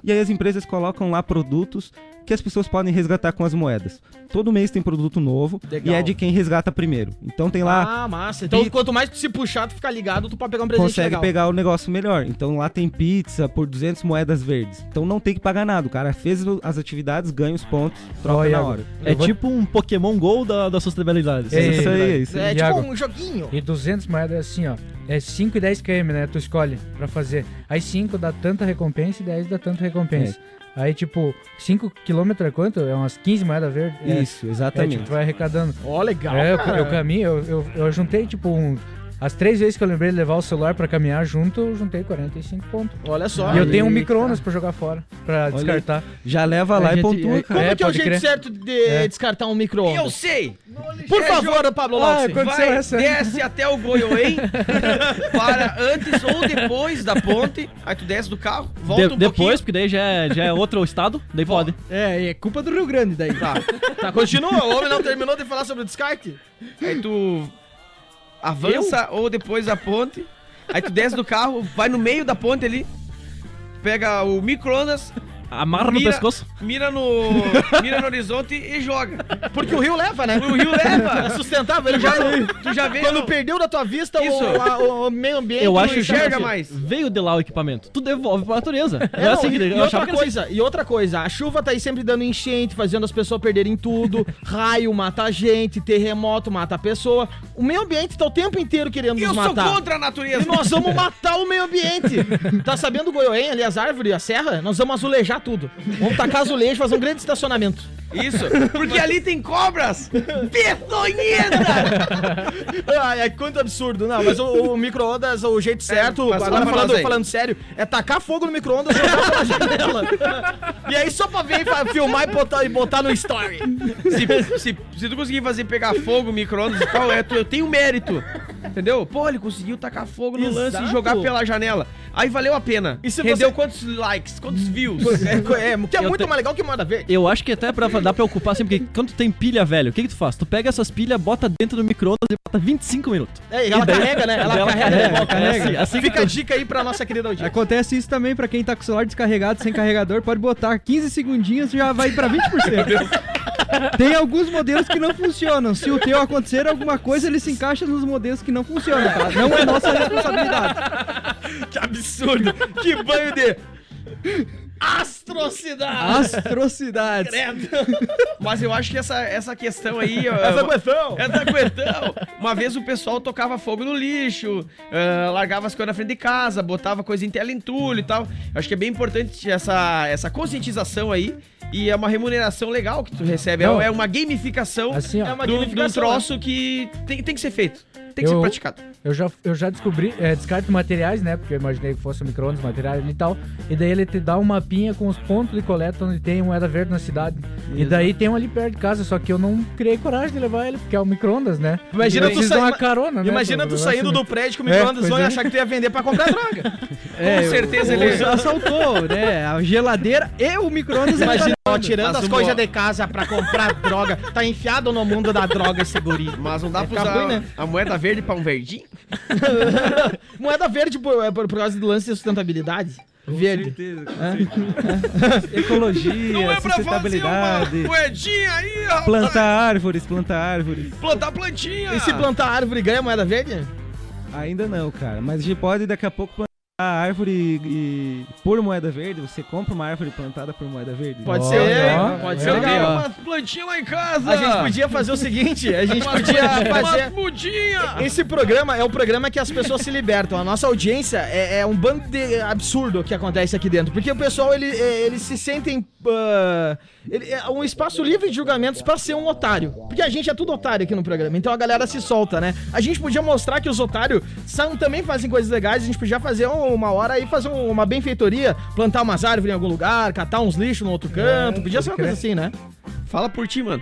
[SPEAKER 5] E aí as empresas colocam lá produtos que as pessoas podem resgatar com as moedas. Todo mês tem produto novo
[SPEAKER 3] Legal.
[SPEAKER 5] e é de quem resgata primeiro. Então tem lá
[SPEAKER 3] Ah, massa. Então,
[SPEAKER 5] E-
[SPEAKER 3] quanto mais tu se puxar, tu ficar ligado, tu pode pegar um presente
[SPEAKER 5] consegue
[SPEAKER 3] legal.
[SPEAKER 5] pegar o negócio melhor. Então lá tem pizza por 200 moedas verdes. Então não tem que pagar nada. O cara fez o- as atividades, ganha os pontos, troca
[SPEAKER 11] Olha,
[SPEAKER 5] na
[SPEAKER 11] Iago.
[SPEAKER 5] hora.
[SPEAKER 9] É tipo um Pokémon GO da, da sustentabilidade.
[SPEAKER 11] É.
[SPEAKER 5] isso aí, é isso aí.
[SPEAKER 3] É
[SPEAKER 11] Iago.
[SPEAKER 3] tipo um joguinho.
[SPEAKER 11] E 200 moedas é assim, ó. É 5 e 10 km, né? Tu escolhe pra fazer. Aí 5 dá tanta recompensa e 10 dá tanta recompensa.
[SPEAKER 5] É.
[SPEAKER 11] Aí, tipo, 5 km é quanto? É umas 15 moedas verdes? É,
[SPEAKER 5] Isso,
[SPEAKER 11] É, tipo,
[SPEAKER 5] exatamente.
[SPEAKER 11] tu vai arrecadando.
[SPEAKER 3] Ó, legal.
[SPEAKER 11] é, eu,
[SPEAKER 3] cara.
[SPEAKER 11] eu caminho, eu, eu, eu juntei, tipo, um, as três vezes que eu lembrei de levar o celular pra caminhar junto, eu juntei 45 pontos.
[SPEAKER 3] Olha só.
[SPEAKER 11] e eu tenho um micro-ondas pra jogar fora, pra descartar.
[SPEAKER 5] Já leva lá
[SPEAKER 11] A
[SPEAKER 5] e
[SPEAKER 11] gente-
[SPEAKER 5] pontua,
[SPEAKER 11] é-
[SPEAKER 5] cara.
[SPEAKER 3] Como é, que é o
[SPEAKER 11] pode
[SPEAKER 3] jeito
[SPEAKER 11] crer.
[SPEAKER 3] certo de
[SPEAKER 11] É.
[SPEAKER 3] descartar um
[SPEAKER 4] Eu
[SPEAKER 3] micro-ondas?
[SPEAKER 4] sei!
[SPEAKER 3] Por favor, Pablo Lopes.
[SPEAKER 11] aconteceu
[SPEAKER 4] Vai,
[SPEAKER 11] essa.
[SPEAKER 4] desce até o Goiôém, para antes ou depois da ponte, aí tu desce do carro, volta
[SPEAKER 9] De-
[SPEAKER 4] um
[SPEAKER 9] depois, porque daí já é, já é outro estado, daí pode.
[SPEAKER 7] É, é culpa do Rio Grande daí.
[SPEAKER 3] Tá, continua. O homem não terminou de falar sobre o descarte?
[SPEAKER 4] pouquinho, aí tu avança ou depois da ponte, aí tu desce do carro, vai no meio da ponte ali, pega o micro-ondas,
[SPEAKER 9] Amarra no
[SPEAKER 4] Mira-
[SPEAKER 9] pescoço.
[SPEAKER 4] mira no, mira no horizonte e joga.
[SPEAKER 3] Porque o rio leva, né?
[SPEAKER 4] O rio
[SPEAKER 3] É
[SPEAKER 4] leva,
[SPEAKER 3] sustentável, ele já.
[SPEAKER 4] tu já vê...
[SPEAKER 3] Quando
[SPEAKER 4] no-
[SPEAKER 3] perdeu da tua vista
[SPEAKER 4] Isso.
[SPEAKER 3] o, a- o- o meio ambiente.
[SPEAKER 9] Eu
[SPEAKER 3] o
[SPEAKER 9] acho que
[SPEAKER 4] enxerga
[SPEAKER 9] assim,
[SPEAKER 4] mais.
[SPEAKER 9] Veio de lá o equipamento. Tu devolve pra natureza.
[SPEAKER 3] É,
[SPEAKER 9] É,
[SPEAKER 3] não,
[SPEAKER 9] assim que
[SPEAKER 3] e,
[SPEAKER 9] eu
[SPEAKER 3] e
[SPEAKER 9] achava
[SPEAKER 3] outra
[SPEAKER 9] que era assim.
[SPEAKER 3] coisa, e outra coisa, a chuva tá aí sempre dando enchente, fazendo as pessoas perderem tudo, raio mata a gente, terremoto mata a pessoa. O meio ambiente tá o tempo inteiro querendo
[SPEAKER 4] Eu
[SPEAKER 3] nos
[SPEAKER 4] sou
[SPEAKER 3] matar.
[SPEAKER 4] contra a natureza.
[SPEAKER 3] E nós vamos matar o meio ambiente. Tá sabendo o Goiôém, ali as árvores, a serra? Nós vamos azulejar tudo. Vamos tacar azulejo, fazer um grande estacionamento.
[SPEAKER 4] Isso, porque ali tem cobras peçonhentas.
[SPEAKER 3] Ai, ai, Ah, é quanto absurdo. Não, mas o, o micro-ondas, o jeito certo,
[SPEAKER 4] passa
[SPEAKER 3] agora
[SPEAKER 4] lá pra nós
[SPEAKER 3] falando,
[SPEAKER 4] aí.
[SPEAKER 3] falando sério, é tacar fogo no micro-ondas e jogar pela janela. E aí só pra ver e fa- filmar e botar, e botar no story.
[SPEAKER 4] se, se, se tu conseguir fazer pegar fogo, micro-ondas e tal, é, tu, eu tenho mérito. Entendeu? Pô, ele conseguiu tacar fogo no lance e
[SPEAKER 3] Exato.
[SPEAKER 4] jogar pela janela. Aí valeu a pena.
[SPEAKER 3] E se
[SPEAKER 4] Rendeu
[SPEAKER 3] você-
[SPEAKER 4] quantos likes, quantos views?
[SPEAKER 3] É, é, que é
[SPEAKER 9] Eu
[SPEAKER 3] muito
[SPEAKER 9] te-
[SPEAKER 3] mais legal que moda verde.
[SPEAKER 9] assim, Eu acho que até pra, dá pra ocupar assim, porque quando tu tem pilha, velho, o que, que tu faz? Tu pega essas pilhas, bota dentro do micro-ondas e bota 25 minutos.
[SPEAKER 3] É, ela carrega, né? Ela carrega.
[SPEAKER 9] É,
[SPEAKER 3] de volta.
[SPEAKER 9] carrega.
[SPEAKER 3] É assim.
[SPEAKER 9] Assim que
[SPEAKER 3] Fica a
[SPEAKER 9] tu-
[SPEAKER 3] dica aí pra nossa querida audiência.
[SPEAKER 7] Acontece isso também pra quem tá com o celular descarregado, sem carregador, pode botar 15 segundinhos e já vai pra 20%. Tem alguns modelos que não funcionam. Se o teu acontecer alguma coisa, ele se encaixa nos modelos que não funcionam, tá? Não é nossa responsabilidade.
[SPEAKER 3] Que absurdo! Que banho de.
[SPEAKER 10] Astrocidade!
[SPEAKER 7] Astrocidades.
[SPEAKER 10] Credo. Mas eu acho que essa, essa questão aí.
[SPEAKER 3] Essa
[SPEAKER 10] eu-
[SPEAKER 3] questão.
[SPEAKER 10] Essa questão. Uma vez o pessoal tocava fogo no lixo, ah, largava as coisas na frente de casa, botava coisa em tela entulho e tal. Eu acho que é bem importante essa, essa conscientização aí. E é uma remuneração legal que tu recebe. É-
[SPEAKER 11] Não.
[SPEAKER 10] É uma gamificação
[SPEAKER 11] Assim, ó.
[SPEAKER 10] é uma
[SPEAKER 3] do- do
[SPEAKER 10] gamificação,
[SPEAKER 3] troço
[SPEAKER 10] troço que tem, que ser feito. Tem
[SPEAKER 11] que
[SPEAKER 10] que
[SPEAKER 11] ser
[SPEAKER 10] ser
[SPEAKER 11] Eu-
[SPEAKER 10] praticado.
[SPEAKER 11] Eu já, eu já descobri, é, descarto materiais, né? Porque eu imaginei que fosse micro-ondas, materiais e tal. E daí ele te dá um mapinha com os pontos de coleta onde tem moeda verde na cidade. E daí tem um ali perto de casa, só que eu não criei coragem de levar ele, porque é o micro-ondas, né?
[SPEAKER 3] Imagina
[SPEAKER 11] Eu
[SPEAKER 3] tu
[SPEAKER 11] preciso
[SPEAKER 3] sair-
[SPEAKER 11] dar uma carona, né?
[SPEAKER 3] Imagina
[SPEAKER 11] pro
[SPEAKER 3] tu
[SPEAKER 11] negócio,
[SPEAKER 3] saindo
[SPEAKER 11] né?
[SPEAKER 3] do prédio com o micro-ondas
[SPEAKER 11] pois
[SPEAKER 3] vão
[SPEAKER 11] é.
[SPEAKER 3] achar que tu ia vender pra comprar droga. É,
[SPEAKER 10] Com certeza
[SPEAKER 7] Ou
[SPEAKER 10] ele.
[SPEAKER 7] só assaltou, né? A geladeira e o micro-ondas. ele
[SPEAKER 3] Imagina, ó, tirando
[SPEAKER 10] Mas
[SPEAKER 3] as
[SPEAKER 10] um
[SPEAKER 3] coisas
[SPEAKER 10] bo-
[SPEAKER 3] de casa pra comprar droga. Tá enfiado no mundo da droga esse guri.
[SPEAKER 10] Mas não dá pra usar
[SPEAKER 3] Acabou, né?
[SPEAKER 10] a moeda verde pra um verdinho?
[SPEAKER 3] Moeda verde por, é por, por causa do lance de sustentabilidade. Verde.
[SPEAKER 10] É
[SPEAKER 3] é
[SPEAKER 5] Ecologia, sustentabilidade,
[SPEAKER 10] moedinha aí, ó.
[SPEAKER 5] plantar árvores, plantar árvores.
[SPEAKER 10] Plantar plantinha.
[SPEAKER 3] E se plantar árvore ganha moeda verde?
[SPEAKER 5] Ainda não, cara. Mas a gente pode daqui a pouco plantar árvore e, e- por moeda verde. Você compra uma árvore plantada por moeda verde?
[SPEAKER 3] Pode
[SPEAKER 11] Ó,
[SPEAKER 3] ser, né?
[SPEAKER 11] ó,
[SPEAKER 3] pode
[SPEAKER 11] ó.
[SPEAKER 3] ser. legal.
[SPEAKER 10] uma plantinha lá em casa.
[SPEAKER 3] A gente podia fazer o seguinte, a gente podia fazer...
[SPEAKER 10] mudinha.
[SPEAKER 3] Esse programa é o programa que as pessoas se libertam. A nossa audiência é, é um bando de absurdo que acontece aqui dentro. Porque o pessoal, ele, é, eles se sentem. ah, ele- é um espaço livre de julgamentos pra ser um otário. Porque a gente é tudo otário aqui no programa. Então a galera se solta, né? A gente podia mostrar que os otários são, também fazem coisas legais. A gente podia fazer um- uma hora aí, fazer um- uma benfeitoria, plantar umas árvores em algum lugar, catar uns lixos no outro
[SPEAKER 11] É,
[SPEAKER 3] canto. Podia ser uma coisa assim, né?
[SPEAKER 4] Fala por ti, mano.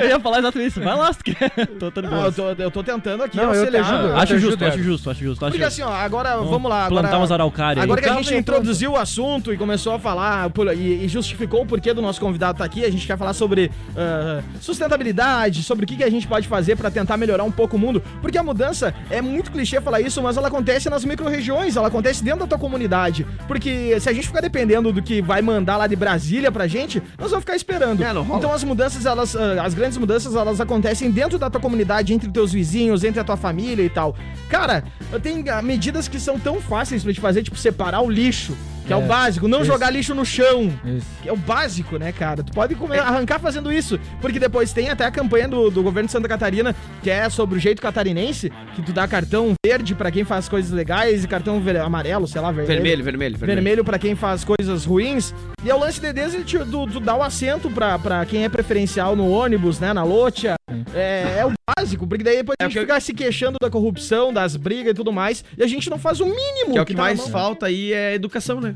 [SPEAKER 7] Eu ia falar exatamente isso. Vai lá, se tu quer. Tô tentando.
[SPEAKER 3] Ah, eu, tô, eu tô tentando aqui
[SPEAKER 11] Não, eu te
[SPEAKER 3] auxiliar.
[SPEAKER 11] ajudo.
[SPEAKER 7] Acho
[SPEAKER 11] te
[SPEAKER 7] justo,
[SPEAKER 11] ajudo,
[SPEAKER 7] acho justo, acho justo, acho
[SPEAKER 3] Porque
[SPEAKER 7] justo.
[SPEAKER 3] assim, ó, agora vamos lá.
[SPEAKER 7] Plantar
[SPEAKER 3] agora,
[SPEAKER 7] umas araucárias. aí.
[SPEAKER 3] Agora que a gente
[SPEAKER 7] Calma aí,
[SPEAKER 3] introduziu o assunto e começou a falar por- e, e justificou o porquê do nosso convidado estar aqui, a gente quer falar sobre ah, sustentabilidade, sobre o que, que a gente pode fazer para tentar melhorar um pouco o mundo. Porque a mudança é muito clichê falar isso, mas ela acontece nas micro-regiões, ela acontece dentro da tua comunidade. Porque se a gente ficar dependendo do que vai mandar lá de Brasília pra gente, nós vamos ficar esperando.
[SPEAKER 10] É, não rola.
[SPEAKER 3] então as mudanças, elas, ah, as grandes mudanças, elas acontecem dentro da tua comunidade, entre teus vizinhos, entre a tua família e tal. Cara, tem ah, medidas que são tão fáceis pra te fazer, tipo separar o lixo, que é, o
[SPEAKER 11] É,
[SPEAKER 3] básico, não
[SPEAKER 11] isso.
[SPEAKER 3] jogar lixo no chão.
[SPEAKER 11] Isso. É.
[SPEAKER 3] que É o básico, né, cara? Tu pode comer- arrancar fazendo isso. Porque depois tem até a campanha do, do governo de Santa Catarina, que é sobre o jeito catarinense, que tu dá cartão verde pra quem faz coisas legais e cartão ver- amarelo, sei lá,
[SPEAKER 4] Vermelho, vermelho,
[SPEAKER 3] vermelho,
[SPEAKER 4] vermelho.
[SPEAKER 3] pra quem faz coisas ruins. E é o lance de desde de- do, do dar o assento pra, pra quem é preferencial no ônibus, né? Na lotia. É, é o básico, porque daí depois a gente fica se queixando da corrupção, das brigas e tudo mais. E a gente não faz o mínimo.
[SPEAKER 4] Que é o que
[SPEAKER 3] tá na
[SPEAKER 4] mais
[SPEAKER 3] mão.
[SPEAKER 4] falta aí é educação, né?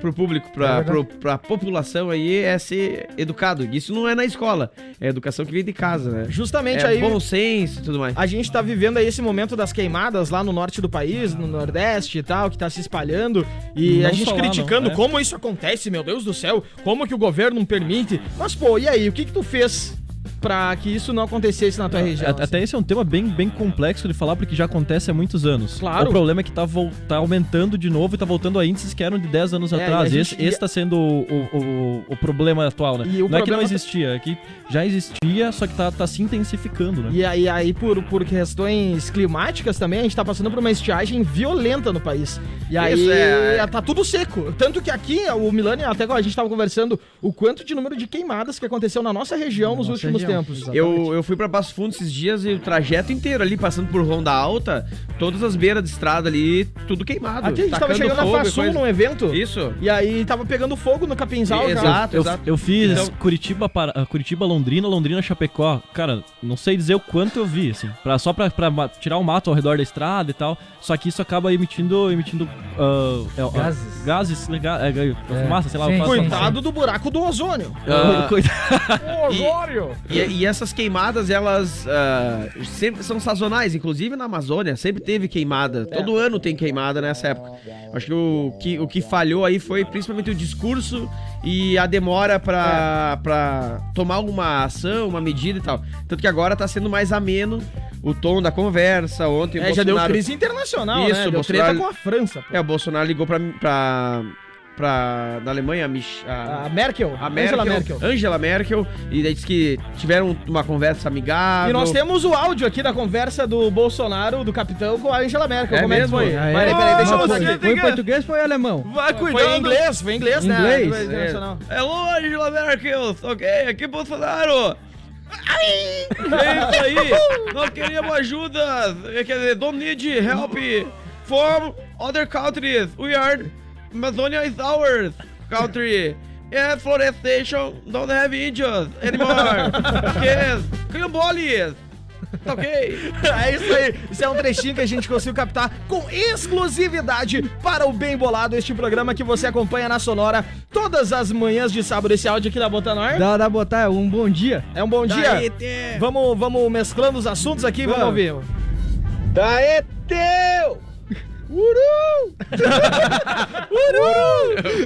[SPEAKER 4] Pro público, pra,
[SPEAKER 11] É verdade.
[SPEAKER 4] pro- pra população aí é ser educado. Isso não é na escola, é educação que vem de casa, né?
[SPEAKER 3] Justamente
[SPEAKER 4] É
[SPEAKER 3] aí.
[SPEAKER 4] bom senso e tudo mais.
[SPEAKER 3] A gente tá vivendo aí esse momento das queimadas lá no norte do país, no Nordeste e tal, que tá se espalhando. E
[SPEAKER 7] Não
[SPEAKER 3] a gente
[SPEAKER 7] só lá,
[SPEAKER 3] criticando
[SPEAKER 7] não, é.
[SPEAKER 3] como isso acontece, meu Deus do céu, como que o governo não permite. Mas, pô, e aí, o que que tu fez pra que isso não acontecesse na tua região?
[SPEAKER 9] A- Até esse é um tema bem, bem complexo de falar, porque já acontece há muitos anos.
[SPEAKER 3] Claro.
[SPEAKER 9] O problema é que tá, vol- tá aumentando de novo e tá voltando a índices que eram de 10 anos
[SPEAKER 3] É, e
[SPEAKER 9] atrás.
[SPEAKER 3] a
[SPEAKER 9] Esse-
[SPEAKER 3] gente-
[SPEAKER 9] Esse está sendo o, o- o- o problema atual, né?
[SPEAKER 3] E o
[SPEAKER 9] não é que
[SPEAKER 3] problema-
[SPEAKER 9] não existia, é que já existia, só que tá, tá se intensificando, né?
[SPEAKER 3] E aí, aí por, por questões climáticas também, a gente tá passando por uma estiagem violenta no país. E aí
[SPEAKER 10] Isso, é.
[SPEAKER 3] tá tudo seco. Tanto que aqui, o Milani, até agora a gente tava conversando o quanto de número de queimadas que aconteceu na nossa região nos
[SPEAKER 11] Nossa
[SPEAKER 3] últimos
[SPEAKER 11] região,
[SPEAKER 3] tempos.
[SPEAKER 4] Eu, eu fui pra Passo Fundo esses dias e o trajeto inteiro ali, passando por Ronda Alta, todas as beiras de estrada ali, tudo queimado.
[SPEAKER 3] Aqui a gente tava
[SPEAKER 4] tacando
[SPEAKER 3] chegando na
[SPEAKER 4] fogo e
[SPEAKER 3] Façul
[SPEAKER 4] coisa.
[SPEAKER 3] num evento.
[SPEAKER 4] Isso.
[SPEAKER 3] E aí tava pegando fogo no capinzal já.
[SPEAKER 4] Exato,
[SPEAKER 9] Eu,
[SPEAKER 4] exato.
[SPEAKER 9] eu fiz
[SPEAKER 4] Então-
[SPEAKER 9] Curitiba, para, Curitiba, Londrina, Londrina, Chapecó. Cara, não sei dizer o quanto eu vi, assim. Pra, só pra, pra ma- tirar o mato ao redor da estrada e tal. Só que isso acaba emitindo. emitindo ah, é, ó,
[SPEAKER 11] Gases.
[SPEAKER 9] Gases, né, ga- é, ga-
[SPEAKER 11] É.
[SPEAKER 9] fumaça, sei lá.
[SPEAKER 11] Sim,
[SPEAKER 9] eu faço-
[SPEAKER 11] sim, sim.
[SPEAKER 3] Coitado do buraco do ozônio.
[SPEAKER 9] É,
[SPEAKER 4] Ah,
[SPEAKER 11] Osório!
[SPEAKER 4] E, e essas queimadas, elas ah, sempre são sazonais, inclusive na Amazônia, sempre teve queimada. Todo ano tem queimada nessa época. Acho que o que, o que falhou aí foi principalmente o discurso e a demora pra,
[SPEAKER 3] É.
[SPEAKER 4] pra tomar alguma ação, uma medida e tal. Tanto que agora tá sendo mais ameno o tom da conversa. Ontem o
[SPEAKER 3] É, já deu
[SPEAKER 4] Bolsonaro-
[SPEAKER 3] crise internacional,
[SPEAKER 4] Isso,
[SPEAKER 3] né? Deu
[SPEAKER 4] É, Bolsonaro-
[SPEAKER 3] treta com a França. pô.
[SPEAKER 4] é, o Bolsonaro ligou pra, pra, pra, na Alemanha, a, Mich- a-
[SPEAKER 3] A Merkel.
[SPEAKER 4] a Merkel,
[SPEAKER 3] Ah, Angela Merkel.
[SPEAKER 4] Angela Merkel, e daí diz que tiveram uma conversa amigável.
[SPEAKER 3] E nós temos o áudio aqui da conversa do Bolsonaro, do capitão, com a Angela Merkel.
[SPEAKER 4] É
[SPEAKER 3] Como
[SPEAKER 4] mesmo?
[SPEAKER 3] é que foi?
[SPEAKER 4] Ah, é?
[SPEAKER 3] Peraí, peraí, deixa eu
[SPEAKER 7] Mas
[SPEAKER 3] botar
[SPEAKER 7] foi,
[SPEAKER 3] aqui.
[SPEAKER 7] foi em português foi em alemão?
[SPEAKER 4] Vai
[SPEAKER 3] Foi em inglês, foi em inglês, né?
[SPEAKER 7] Inglês?
[SPEAKER 4] É.
[SPEAKER 3] Foi internacional.
[SPEAKER 4] Hello, Angela Merkel, ok? Aqui é Bolsonaro. Ai! É isso aí, nós queríamos ajuda, eh, quer dizer, don't need help from other countries. We are, Amazonia is ours country. Yeah, forestation don't have Indians anymore. yes, Cambolis. Ok.
[SPEAKER 3] É isso aí. Isso é um trechinho que a gente conseguiu captar com exclusividade para o Bem Bolado, este programa que você acompanha na Sonora todas as manhãs de sábado. Esse áudio aqui da Botanor.
[SPEAKER 7] Dá, dá botar um bom dia.
[SPEAKER 3] É um bom dia. Vamos, vamos mesclando os assuntos aqui, vamos, ouvir.
[SPEAKER 4] Daí, teu!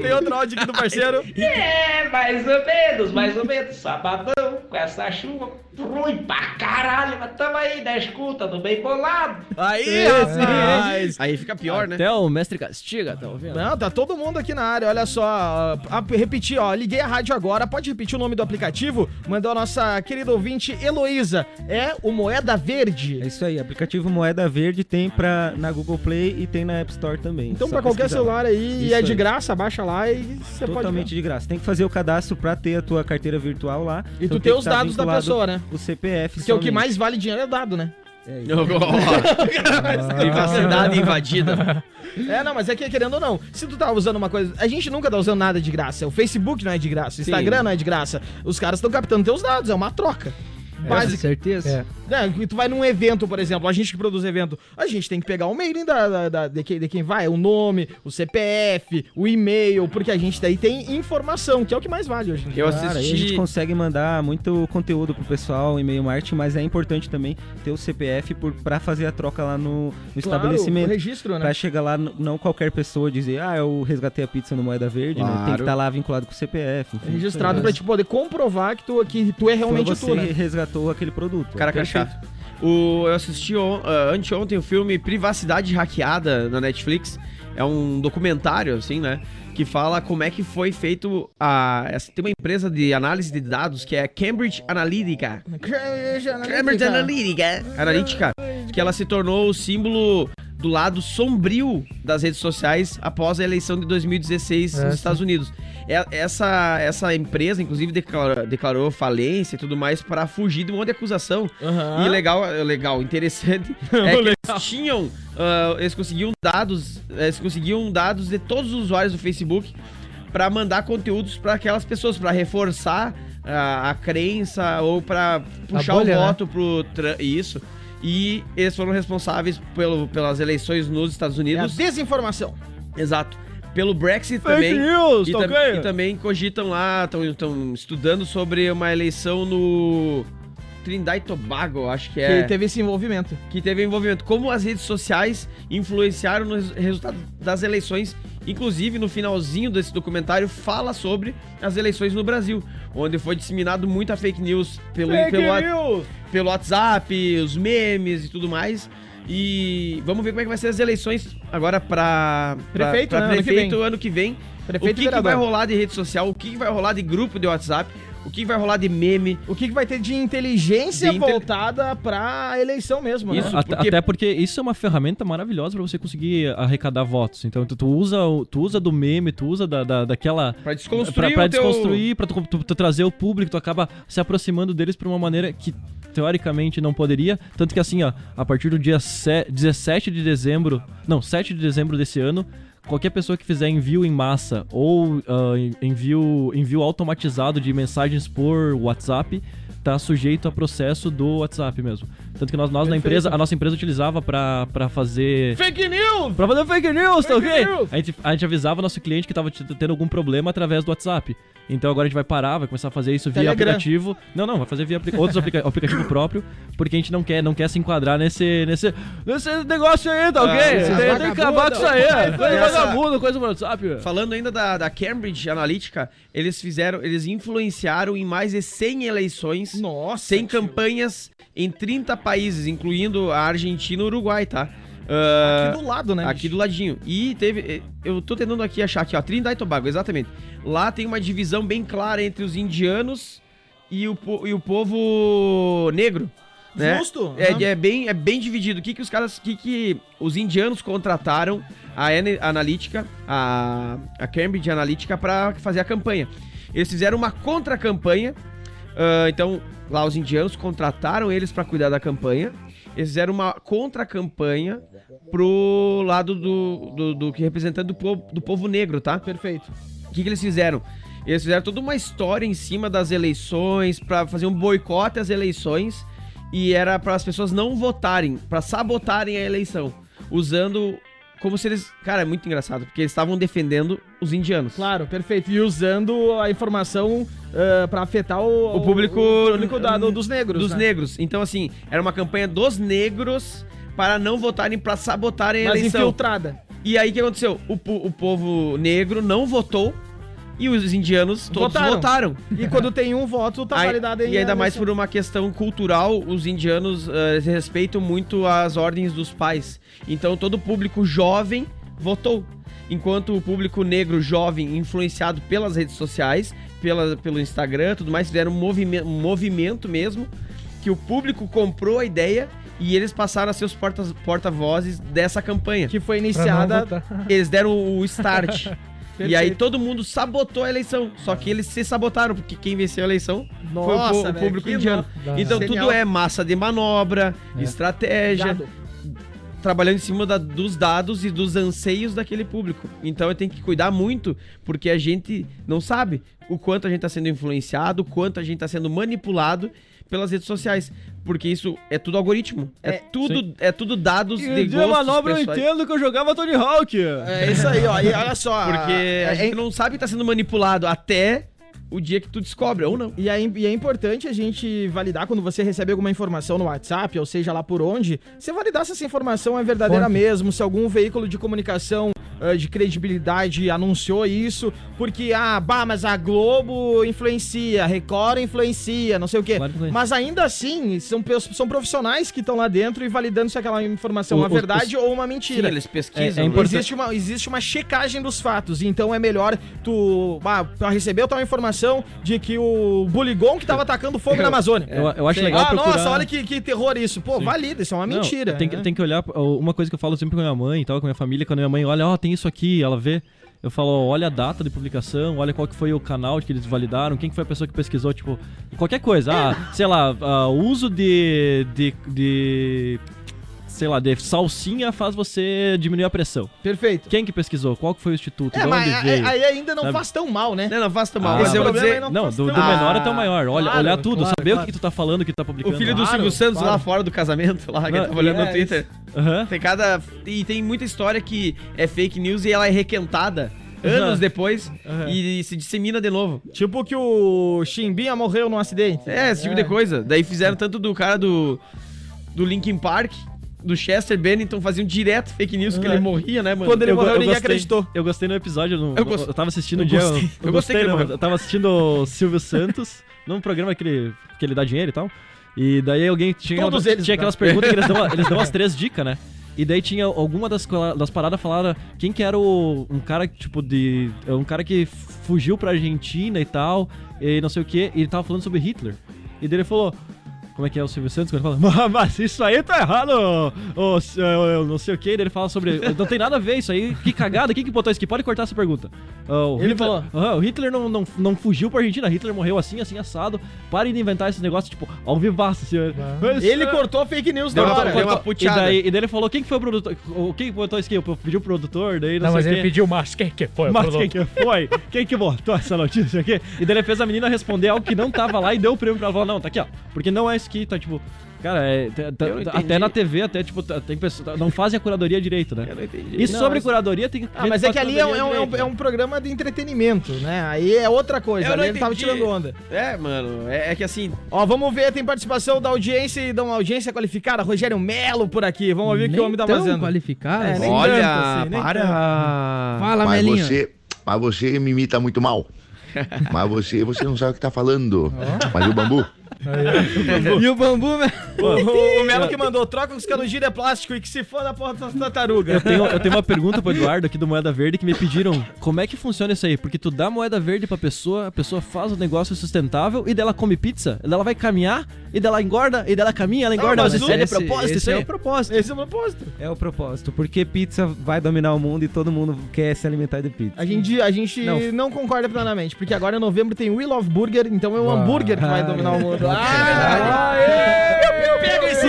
[SPEAKER 3] Tem outro áudio aqui do parceiro.
[SPEAKER 1] É, mais ou menos, mais ou menos. Sabadão, com essa chuva ruim pra caralho, mas tamo aí na escuta, do bem bolado.
[SPEAKER 3] Aí, rapaz.
[SPEAKER 4] Aí fica pior, né?
[SPEAKER 9] Até o mestre Castiga, tá ouvindo?
[SPEAKER 3] Não, tá todo mundo aqui na área, olha só. ah, ah, repetir, ó, liguei a rádio agora, pode repetir o nome do aplicativo? Mandou a nossa querida ouvinte Heloísa. É o Moeda Verde.
[SPEAKER 5] É isso aí, aplicativo Moeda Verde tem pra, na Google Play e tem na App Store também.
[SPEAKER 3] Então,
[SPEAKER 5] Só
[SPEAKER 3] pra qualquer
[SPEAKER 5] pesquisar.
[SPEAKER 3] celular aí,
[SPEAKER 5] Isso
[SPEAKER 3] é de
[SPEAKER 5] aí.
[SPEAKER 3] graça, baixa lá e você pode.
[SPEAKER 5] Totalmente de graça. Tem que fazer o cadastro pra ter a tua carteira virtual lá.
[SPEAKER 3] E tu
[SPEAKER 5] Então
[SPEAKER 3] tem
[SPEAKER 5] que
[SPEAKER 3] os
[SPEAKER 5] tá
[SPEAKER 3] dados da
[SPEAKER 5] vinculado
[SPEAKER 3] pessoa, né?
[SPEAKER 5] O CPF.
[SPEAKER 3] Porque o que
[SPEAKER 5] somente.
[SPEAKER 3] mais vale dinheiro é dado, né?
[SPEAKER 4] Privacidade invadida.
[SPEAKER 3] É, não, mas é que querendo ou não, se tu tá usando uma coisa. A gente nunca tá usando nada de graça. O Facebook não é de graça, o Instagram não é de graça. Os caras estão captando teus dados, é uma troca.
[SPEAKER 7] Quase
[SPEAKER 3] Básica.
[SPEAKER 7] certeza.
[SPEAKER 11] É.
[SPEAKER 3] Né, e tu vai num evento, por exemplo, a gente que produz evento, a gente tem que pegar o mailing da, da- da- de, quem, de quem vai, o nome, o CPF, o e-mail, porque a gente daí tem informação, que é o que mais vale hoje. em dia.
[SPEAKER 4] Eu
[SPEAKER 5] Cara, aí a gente
[SPEAKER 4] assisti.
[SPEAKER 5] consegue mandar muito conteúdo pro pessoal em meio marketing, mas é importante também ter o CPF por, pra fazer a troca lá no, no
[SPEAKER 3] o
[SPEAKER 5] estabelecimento.
[SPEAKER 3] registro, né?
[SPEAKER 5] Pra chegar lá, n- não qualquer pessoa dizer, ah, eu resgatei a pizza no Moeda Verde, né? Tem que
[SPEAKER 4] Claro.
[SPEAKER 5] estar lá vinculado com o
[SPEAKER 4] É
[SPEAKER 5] CPF. enfim.
[SPEAKER 3] Registrado pra te poder comprovar que tu, que tu é
[SPEAKER 5] Foi
[SPEAKER 4] Então
[SPEAKER 3] realmente
[SPEAKER 5] você
[SPEAKER 3] tu, né?
[SPEAKER 5] resgatou aquele produto.
[SPEAKER 4] Cara, cara é chato. O, eu assisti on, ah, anteontem o filme Privacidade Hackeada na Netflix. É um documentário, assim, né? Que fala como é que foi feito a. essa- Tem uma empresa de análise de dados que é Cambridge Analytica.
[SPEAKER 9] é
[SPEAKER 4] Cambridge Analytica. Analytica. Que ela se tornou o símbolo do lado sombrio das redes sociais após a eleição de 2016 nos
[SPEAKER 11] Essa.
[SPEAKER 4] Estados Unidos. É- Essa, essa empresa, inclusive, declara- declarou falência e tudo mais para fugir de um monte de acusação. E legal, é legal, interessante é que eles tinham, ah, eles conseguiam dados, eles conseguiam dados de todos os usuários do Facebook pra mandar conteúdos pra aquelas pessoas, pra reforçar ah, a crença ou pra puxar
[SPEAKER 11] bolha,
[SPEAKER 4] o
[SPEAKER 11] né?
[SPEAKER 4] voto pro Trump, isso. E eles foram responsáveis pelo, pelas eleições nos Estados
[SPEAKER 3] É a
[SPEAKER 4] Unidos.
[SPEAKER 3] desinformação.
[SPEAKER 4] Exato. Pelo Brexit também. E, tam- e também cogitam lá, estão estudando sobre uma eleição no Trindade e Tobago, acho que é.
[SPEAKER 3] Que teve esse envolvimento.
[SPEAKER 4] que teve envolvimento. Como as redes sociais influenciaram no res- resultado das eleições. Inclusive, no finalzinho desse documentário, fala sobre as eleições no Brasil, onde foi disseminado muita fake news pelo, pelo, wa- pelo WhatsApp, os memes e tudo mais. E vamos ver como é que vai ser as eleições agora para
[SPEAKER 3] Prefeito, né? Ano que
[SPEAKER 4] prefeito ano que vem.
[SPEAKER 3] Prefeito
[SPEAKER 4] o
[SPEAKER 3] e
[SPEAKER 4] que, que
[SPEAKER 3] vereador.
[SPEAKER 4] vai rolar de rede social, o que, que vai rolar de grupo de WhatsApp, o que, que vai rolar de meme.
[SPEAKER 3] O que, que vai ter de inteligência
[SPEAKER 4] De inte-
[SPEAKER 3] voltada pra eleição mesmo,
[SPEAKER 4] Isso,
[SPEAKER 3] né?
[SPEAKER 9] A-
[SPEAKER 4] porque-
[SPEAKER 9] Até porque isso é uma ferramenta maravilhosa pra você conseguir arrecadar votos. Então tu, tu usa, o- tu usa do meme, tu usa da, da, daquela.
[SPEAKER 4] Pra
[SPEAKER 9] pra,
[SPEAKER 4] desconstruir
[SPEAKER 9] pra
[SPEAKER 4] o teu...
[SPEAKER 9] desconstruir, pra tu, tu- tu trazer o público, tu acaba se aproximando deles por uma maneira que teoricamente não poderia. Tanto que assim, ó, a partir do dia se- 17 de dezembro. Não, 7 de dezembro desse ano. Qualquer pessoa que fizer envio em massa ou ah, en- envio, envio automatizado de mensagens por WhatsApp tá sujeito a processo do WhatsApp mesmo. Tanto que nós, nós na empresa, a nossa empresa utilizava pra pra fazer
[SPEAKER 3] Fake news!
[SPEAKER 9] Pra fazer fake news, tá
[SPEAKER 3] Fake
[SPEAKER 9] ok?
[SPEAKER 3] news!
[SPEAKER 9] A gente, a gente avisava o nosso cliente que tava t- tendo algum problema através do WhatsApp. Então agora a gente vai parar, vai começar a fazer isso via
[SPEAKER 3] Telegram.
[SPEAKER 9] aplicativo. Não, não, vai fazer via aplica outros aplica aplicativo próprio, porque a gente não quer, não quer se enquadrar nesse, nesse, nesse negócio aí,
[SPEAKER 3] Ah,
[SPEAKER 9] tá ok?
[SPEAKER 3] esses
[SPEAKER 9] tem, tem que acabar com isso aí. Coisa de
[SPEAKER 4] Essa-
[SPEAKER 9] vagabundo, coisa do WhatsApp.
[SPEAKER 4] Falando ainda da, da Cambridge Analytica, eles fizeram, eles influenciaram em mais de 100 eleições,
[SPEAKER 3] Nossa,
[SPEAKER 4] 100
[SPEAKER 3] tio.
[SPEAKER 4] campanhas em 30 países, incluindo a Argentina e o Uruguai, tá? Ah,
[SPEAKER 3] Aqui do lado, né?
[SPEAKER 4] Aqui do ladinho. E teve. eh, Eu tô tentando aqui achar aqui, ó. Trinidad e Tobago, exatamente. Lá tem uma divisão bem clara entre os indianos e o, po- e o povo negro. Né?
[SPEAKER 3] Justo?
[SPEAKER 4] É,
[SPEAKER 3] né?
[SPEAKER 4] é bem, é bem dividido. O que, que os caras. O que, que os indianos contrataram a Ana- Analytica, a, a Cambridge Analytica, pra fazer a campanha? Eles fizeram uma contra-campanha. ah, então, lá os indianos contrataram eles pra cuidar da campanha. Eles fizeram uma contra-campanha pro lado do, do, do que representando do povo, do povo negro, tá?
[SPEAKER 3] Perfeito.
[SPEAKER 4] O que, que eles fizeram? Eles fizeram toda uma história em cima das eleições, pra fazer um boicote às eleições, e era para as pessoas não votarem, pra sabotarem a eleição, usando como se eles, cara, é muito engraçado, porque eles estavam defendendo os indianos.
[SPEAKER 3] Claro, perfeito. E usando a informação ah, pra afetar o,
[SPEAKER 4] O público-
[SPEAKER 3] o público da- do- dos negros.
[SPEAKER 4] Dos
[SPEAKER 3] né?
[SPEAKER 4] negros. Então assim, era uma campanha dos negros para não votarem, pra sabotarem a
[SPEAKER 3] Mas
[SPEAKER 4] eleição.
[SPEAKER 3] infiltrada.
[SPEAKER 4] E aí o que aconteceu? O, po- o povo negro não votou e os indianos todos
[SPEAKER 3] Votaram.
[SPEAKER 4] votaram.
[SPEAKER 3] E quando tem um voto, tá
[SPEAKER 4] Aí-
[SPEAKER 3] validado
[SPEAKER 4] e ainda mais por uma questão cultural, os indianos eh, respeitam muito as ordens dos pais. Então todo o público jovem votou. Enquanto o público negro jovem, influenciado pelas redes sociais, pela, pelo Instagram, tudo mais, fizeram um, movime- um movimento mesmo, que o público comprou a ideia e eles passaram a ser os portas- porta-vozes dessa campanha.
[SPEAKER 3] Que foi
[SPEAKER 11] Pra não
[SPEAKER 3] iniciada.
[SPEAKER 11] votar.
[SPEAKER 4] Eles deram o start. e aí todo mundo sabotou a eleição. Só que eles se sabotaram, porque quem venceu a eleição foi o po- o,
[SPEAKER 3] velho,
[SPEAKER 4] público
[SPEAKER 3] que
[SPEAKER 4] indiano.
[SPEAKER 11] Dá-
[SPEAKER 4] Então
[SPEAKER 3] Genial. É.
[SPEAKER 4] tudo é massa de manobra, estratégia,
[SPEAKER 3] Dado.
[SPEAKER 4] trabalhando em cima da- dos dados e dos anseios daquele público. Então eu tenho que cuidar muito, porque a gente não sabe o quanto a gente está sendo influenciado, o quanto a gente está sendo manipulado pelas redes sociais, porque isso é tudo algoritmo, é, tudo é tudo dados de gostos pessoais.
[SPEAKER 9] que eu jogava Tony Hawk.
[SPEAKER 3] É isso aí, ó. E olha só.
[SPEAKER 4] Porque
[SPEAKER 9] Ah,
[SPEAKER 4] a
[SPEAKER 3] é-
[SPEAKER 4] gente não sabe que tá sendo manipulado até o dia que tu descobre, ou não.
[SPEAKER 3] E é, e é importante a gente validar quando você recebe alguma informação no WhatsApp, ou seja lá por onde, você validar se essa informação é verdadeira
[SPEAKER 11] Fonte.
[SPEAKER 3] mesmo, se algum veículo de comunicação ah, de credibilidade anunciou isso, porque, ah, bah, mas a Globo influencia, a Record influencia, não sei o quê.
[SPEAKER 9] Claro que não. é.
[SPEAKER 3] Mas ainda assim, são, pe- são profissionais que estão lá dentro e validando se aquela informação é
[SPEAKER 9] O-
[SPEAKER 3] uma
[SPEAKER 9] os-
[SPEAKER 3] verdade ou uma mentira.
[SPEAKER 4] eles pesquisam.
[SPEAKER 9] É- é
[SPEAKER 4] né?
[SPEAKER 9] importante.
[SPEAKER 3] Existe uma, existe uma checagem dos fatos, então é melhor tu. Ah, tu recebeu tal informação de que o Buligon que tava atacando fogo na Amazônia.
[SPEAKER 9] Eu, eu acho
[SPEAKER 3] ah,
[SPEAKER 9] legal procurar...
[SPEAKER 3] nossa, olha que, que terror isso. Pô,
[SPEAKER 9] Sim.
[SPEAKER 3] valida, isso é uma
[SPEAKER 9] Não,
[SPEAKER 3] mentira.
[SPEAKER 9] Tem que,
[SPEAKER 3] né?
[SPEAKER 9] tem que olhar. ó, Uma coisa que eu falo sempre com a minha mãe e tal, com a minha família, quando a minha mãe olha, ó, tem isso aqui, ela vê. Eu falo, ó, olha a data de publicação, olha qual que foi o canal que eles validaram, quem que foi a pessoa que pesquisou, tipo, qualquer coisa. Ah,
[SPEAKER 3] É.
[SPEAKER 9] sei lá, ah, o uso de, de. de. sei lá, de salsinha faz você diminuir a pressão.
[SPEAKER 3] Perfeito.
[SPEAKER 9] Quem que pesquisou? Qual que foi o instituto?
[SPEAKER 3] É,
[SPEAKER 9] de
[SPEAKER 3] mas
[SPEAKER 9] onde
[SPEAKER 3] a-
[SPEAKER 9] veio?
[SPEAKER 3] a- aí ainda não
[SPEAKER 9] Sabe?
[SPEAKER 3] faz tão mal, né?
[SPEAKER 4] Não, não faça mal.
[SPEAKER 9] Ah,
[SPEAKER 4] mas eu vou
[SPEAKER 3] o problema
[SPEAKER 4] dizer,
[SPEAKER 3] é não
[SPEAKER 9] Não,
[SPEAKER 3] faz
[SPEAKER 9] do, do
[SPEAKER 3] tão-
[SPEAKER 9] menor até o maior. Olha,
[SPEAKER 3] claro,
[SPEAKER 9] olhar tudo,
[SPEAKER 11] claro,
[SPEAKER 9] saber
[SPEAKER 11] claro.
[SPEAKER 9] o que tu tá falando, o que tu tá publicando.
[SPEAKER 4] o filho do
[SPEAKER 3] Claro,
[SPEAKER 4] Silvio Santos
[SPEAKER 3] claro.
[SPEAKER 4] lá fora do casamento, lá, que
[SPEAKER 9] Não,
[SPEAKER 4] eu tava olhando
[SPEAKER 9] é
[SPEAKER 4] no Twitter.
[SPEAKER 9] Aham.
[SPEAKER 4] Tem cada. E tem muita história que é fake news e ela é requentada anos
[SPEAKER 9] Aham.
[SPEAKER 4] depois
[SPEAKER 9] Aham.
[SPEAKER 4] e, se dissemina de novo.
[SPEAKER 3] Tipo que o Chimbinha morreu num acidente.
[SPEAKER 4] É, esse tipo de coisa. Daí fizeram tanto do cara do. do Linkin Park, do Chester Bennington, faziam direto fake news que ele morria, né, mano?
[SPEAKER 3] Quando ele
[SPEAKER 9] Eu go-
[SPEAKER 3] morreu,
[SPEAKER 9] eu
[SPEAKER 3] ninguém
[SPEAKER 9] gostei.
[SPEAKER 3] acreditou.
[SPEAKER 9] Eu gostei no episódio. no-
[SPEAKER 4] Eu
[SPEAKER 9] Eu,
[SPEAKER 4] gos-
[SPEAKER 9] tava assistindo o dia. Eu,
[SPEAKER 4] eu gostei que ele
[SPEAKER 9] não,
[SPEAKER 4] morreu.
[SPEAKER 9] Eu tava assistindo o Silvio Santos num programa que ele, que ele dá dinheiro e tal. E daí alguém tinha,
[SPEAKER 3] Todos
[SPEAKER 9] tinha
[SPEAKER 3] eles, né?
[SPEAKER 9] aquelas perguntas que eles dão, eles dão as três dicas, né? E daí tinha alguma das, cola- das paradas falada quem que era o, um cara que, tipo de um cara que fugiu pra Argentina e tal, e não sei o que, e ele tava falando sobre Hitler. E daí ele falou como é que é o Silvio Santos quando ele fala, mas isso aí tá errado, ô, s- eu, eu não sei o que, ele fala sobre, não tem nada a ver isso aí, que cagada, quem que botou isso aqui? Pode cortar essa pergunta. Ah, o
[SPEAKER 3] Ele
[SPEAKER 9] Hitler,
[SPEAKER 3] falou.
[SPEAKER 9] Aham, o Hitler não, não, não fugiu pra Argentina, Hitler morreu assim, assim, assado, parem de inventar esse negócio, tipo, ao vivaço, senhor.
[SPEAKER 3] Ele cortou fake news
[SPEAKER 4] Deu
[SPEAKER 3] na
[SPEAKER 4] uma-
[SPEAKER 3] hora.
[SPEAKER 4] deu uma
[SPEAKER 9] E
[SPEAKER 4] puteada.
[SPEAKER 9] daí, e daí ele falou, quem que foi o produtor, o- quem que botou isso aqui? Eu pedi o produtor, daí não, sei
[SPEAKER 11] Não, mas
[SPEAKER 9] o
[SPEAKER 11] ele
[SPEAKER 9] quê.
[SPEAKER 11] pediu mais. Quem que foi?
[SPEAKER 9] Mas
[SPEAKER 11] Bruno?
[SPEAKER 9] quem que foi? Quem que botou essa notícia aqui? E daí ele fez a menina responder algo que não tava lá e deu o prêmio pra ela. Falou, não, tá aqui, ó. Porque não é isso que tá, tipo... Cara, é, tá- tá-
[SPEAKER 4] Eu entendi.
[SPEAKER 9] até na TV, até, tipo, tá- tem pessoa, não fazem a curadoria direito, né?
[SPEAKER 4] Eu não entendi.
[SPEAKER 9] Isso
[SPEAKER 3] Não,
[SPEAKER 9] sobre
[SPEAKER 3] mas-
[SPEAKER 9] curadoria tem
[SPEAKER 3] Ah, mas é que ali é um, é um- é um- é um programa de entretenimento, né? Aí é outra coisa.
[SPEAKER 4] Eu
[SPEAKER 3] ali
[SPEAKER 4] não
[SPEAKER 3] ele tava
[SPEAKER 4] entendi.
[SPEAKER 3] tirando onda.
[SPEAKER 4] É, mano, é, é que assim,
[SPEAKER 3] Ó, vamos ver, tem participação da audiência e da uma audiência qualificada. Rogério Melo por aqui. Vamos ouvir o que o homem tá fazendo.
[SPEAKER 7] qualificado.
[SPEAKER 3] É, nem
[SPEAKER 4] Olha,
[SPEAKER 3] tanto assim, nem
[SPEAKER 4] para.
[SPEAKER 7] Fala,
[SPEAKER 12] mas
[SPEAKER 7] Melinha.
[SPEAKER 12] você, mas você me imita muito mal. Mas você, você não sabe o que tá falando. Mas o bambu,
[SPEAKER 7] E o bambu, né?
[SPEAKER 10] O, o Melo que mandou, troca os
[SPEAKER 3] é
[SPEAKER 10] canudinhos de plástico e que se foda a porra da tartaruga.
[SPEAKER 9] Eu tenho, um, eu tenho uma pergunta pro Eduardo aqui do Moeda Verde que me pediram como é que funciona isso aí. Porque tu dá moeda verde pra pessoa, a pessoa faz o negócio sustentável e dela come pizza, e dela vai caminhar, e dela engorda, e dela caminha, ela engorda, mas isso é de propósito, isso
[SPEAKER 7] esse
[SPEAKER 9] aí.
[SPEAKER 7] é o propósito.
[SPEAKER 10] Esse é o propósito.
[SPEAKER 5] É o propósito, porque pizza vai dominar o mundo e todo mundo quer se alimentar de pizza.
[SPEAKER 3] A gente, a gente não. concorda plenamente, porque agora em novembro tem We Love Burger, então é o hambúrguer que vai dominar o mundo. Ah,
[SPEAKER 10] Pega esse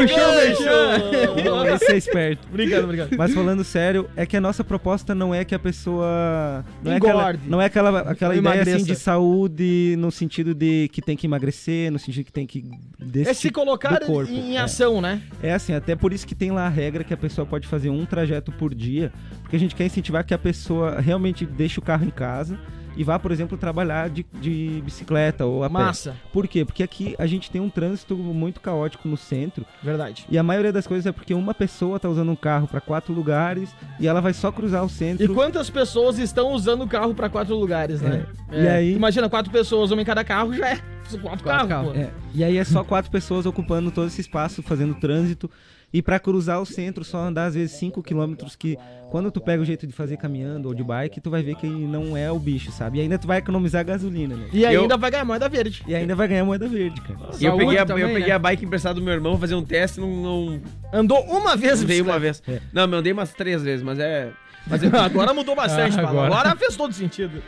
[SPEAKER 5] Não, esse é esperto.
[SPEAKER 10] Obrigado, obrigado.
[SPEAKER 5] Mas falando sério, é que a nossa proposta não é que a pessoa. Não é
[SPEAKER 3] Engorde.
[SPEAKER 5] aquela, não é aquela, aquela
[SPEAKER 3] Ou
[SPEAKER 5] ideia assim,
[SPEAKER 3] emagreça.
[SPEAKER 5] de saúde, no sentido de que tem que emagrecer, no sentido que tem que. desse
[SPEAKER 3] é se
[SPEAKER 5] tipo
[SPEAKER 3] colocar
[SPEAKER 5] do corpo,
[SPEAKER 3] em
[SPEAKER 5] é.
[SPEAKER 3] ação, né?
[SPEAKER 5] É assim, até por isso que tem lá a regra que a pessoa pode fazer um trajeto por dia, porque a gente quer incentivar que a pessoa realmente deixe o carro em casa e vá, por exemplo, trabalhar de, de bicicleta ou a pé.
[SPEAKER 3] Massa,
[SPEAKER 5] Por quê? Porque aqui a gente tem um trânsito muito caótico no centro
[SPEAKER 3] verdade.
[SPEAKER 5] e a maioria das coisas é porque uma pessoa tá usando um carro para quatro lugares e ela vai só cruzar o
[SPEAKER 3] E
[SPEAKER 5] centro.
[SPEAKER 3] quantas pessoas estão usando o carro pra quatro lugares, né?
[SPEAKER 5] É. E aí-
[SPEAKER 3] Imagina, quatro pessoas, uma em cada carro, já é quatro, carros,
[SPEAKER 7] carros,
[SPEAKER 3] pô.
[SPEAKER 5] É, e aí é só quatro pessoas ocupando todo esse espaço, fazendo trânsito. E pra cruzar o centro, só andar às vezes 5 quilômetros que quando tu pega o jeito de fazer caminhando ou de bike, tu vai ver que não é o bicho, sabe? E ainda tu vai economizar gasolina, né?
[SPEAKER 3] E
[SPEAKER 4] Eu-
[SPEAKER 3] ainda vai ganhar moeda verde.
[SPEAKER 5] E ainda vai ganhar moeda verde, cara.
[SPEAKER 4] E eu
[SPEAKER 7] Saúde
[SPEAKER 4] peguei, a,
[SPEAKER 7] também,
[SPEAKER 4] eu peguei
[SPEAKER 7] né?
[SPEAKER 4] a bike emprestada do meu irmão fazer um teste e não, não,
[SPEAKER 3] Andou uma vez
[SPEAKER 4] não dei
[SPEAKER 3] bicicleta.
[SPEAKER 4] uma vez. Não, mas eu dei umas três vezes, mas é. Mas eu-
[SPEAKER 3] Agora mudou bastante,
[SPEAKER 11] Ah,
[SPEAKER 3] Pablo.
[SPEAKER 11] agora.
[SPEAKER 3] Agora fez todo sentido.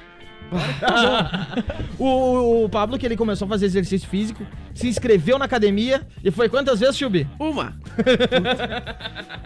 [SPEAKER 3] tá o, o- o Pablo, que ele começou a fazer exercício físico, se inscreveu na academia e foi quantas vezes, Chubi?
[SPEAKER 4] Uma!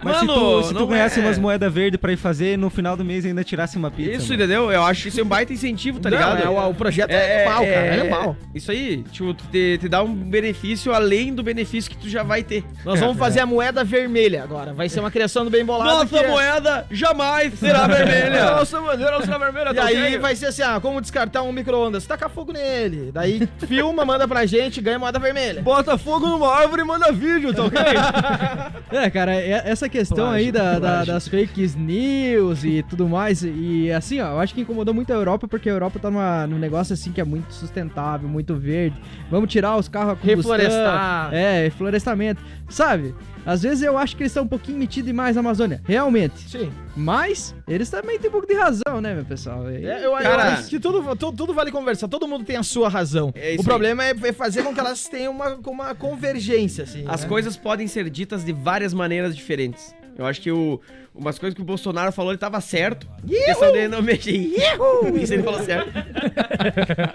[SPEAKER 5] Mas
[SPEAKER 4] Mano,
[SPEAKER 5] se tu, se tu
[SPEAKER 4] não
[SPEAKER 5] ganhasse
[SPEAKER 4] é.
[SPEAKER 5] umas moedas verdes pra ir fazer, no final do mês ainda tirasse uma pizza.
[SPEAKER 4] Isso,
[SPEAKER 5] mano.
[SPEAKER 4] entendeu? Eu acho que isso é um baita incentivo, tá ligado?
[SPEAKER 3] é, o, o projeto é, animal, cara. É animal.
[SPEAKER 4] Isso aí, tipo, te, te dá um benefício além do benefício que tu já vai ter.
[SPEAKER 3] Nós vamos fazer a moeda vermelha agora. Vai ser uma criação do bem bolado. que é-
[SPEAKER 4] moeda jamais será vermelha. Nossa bandeira será vermelha.
[SPEAKER 3] E aí vai ser assim, ah, como descartar um micro-ondas? Taca fogo nele. Daí filma, manda pra gente, ganha moeda vermelha.
[SPEAKER 4] bota fogo numa árvore e manda vídeo, tá ok?
[SPEAKER 7] É, cara, é- essa questão aí da, da- das fake news e tudo mais, e assim, ó, eu acho que incomodou muito a Europa, porque a Europa tá numa, num negócio assim que é muito sustentável, muito verde. Vamos tirar os carros a combustão.
[SPEAKER 3] Reflorestar.
[SPEAKER 7] É, florestamento. Sabe, às vezes eu acho que eles estão um pouquinho metidos demais na Amazônia, realmente.
[SPEAKER 3] Sim.
[SPEAKER 7] Mas, eles também têm um pouco de razão, né, meu pessoal? E-
[SPEAKER 3] É, eu, eu
[SPEAKER 4] Cara-
[SPEAKER 3] acho que tudo, tudo, tudo vale conversar, todo mundo tem a sua razão.
[SPEAKER 4] É isso
[SPEAKER 3] o
[SPEAKER 4] aí.
[SPEAKER 3] problema é- é fazer com que elas tenham uma, com uma convergência, assim.
[SPEAKER 4] As
[SPEAKER 3] né?
[SPEAKER 4] coisas podem ser ditas de várias maneiras diferentes. Eu acho que o, umas coisas que o Bolsonaro falou, ele tava certo. A questão dele não mexer em Isso ele falou certo.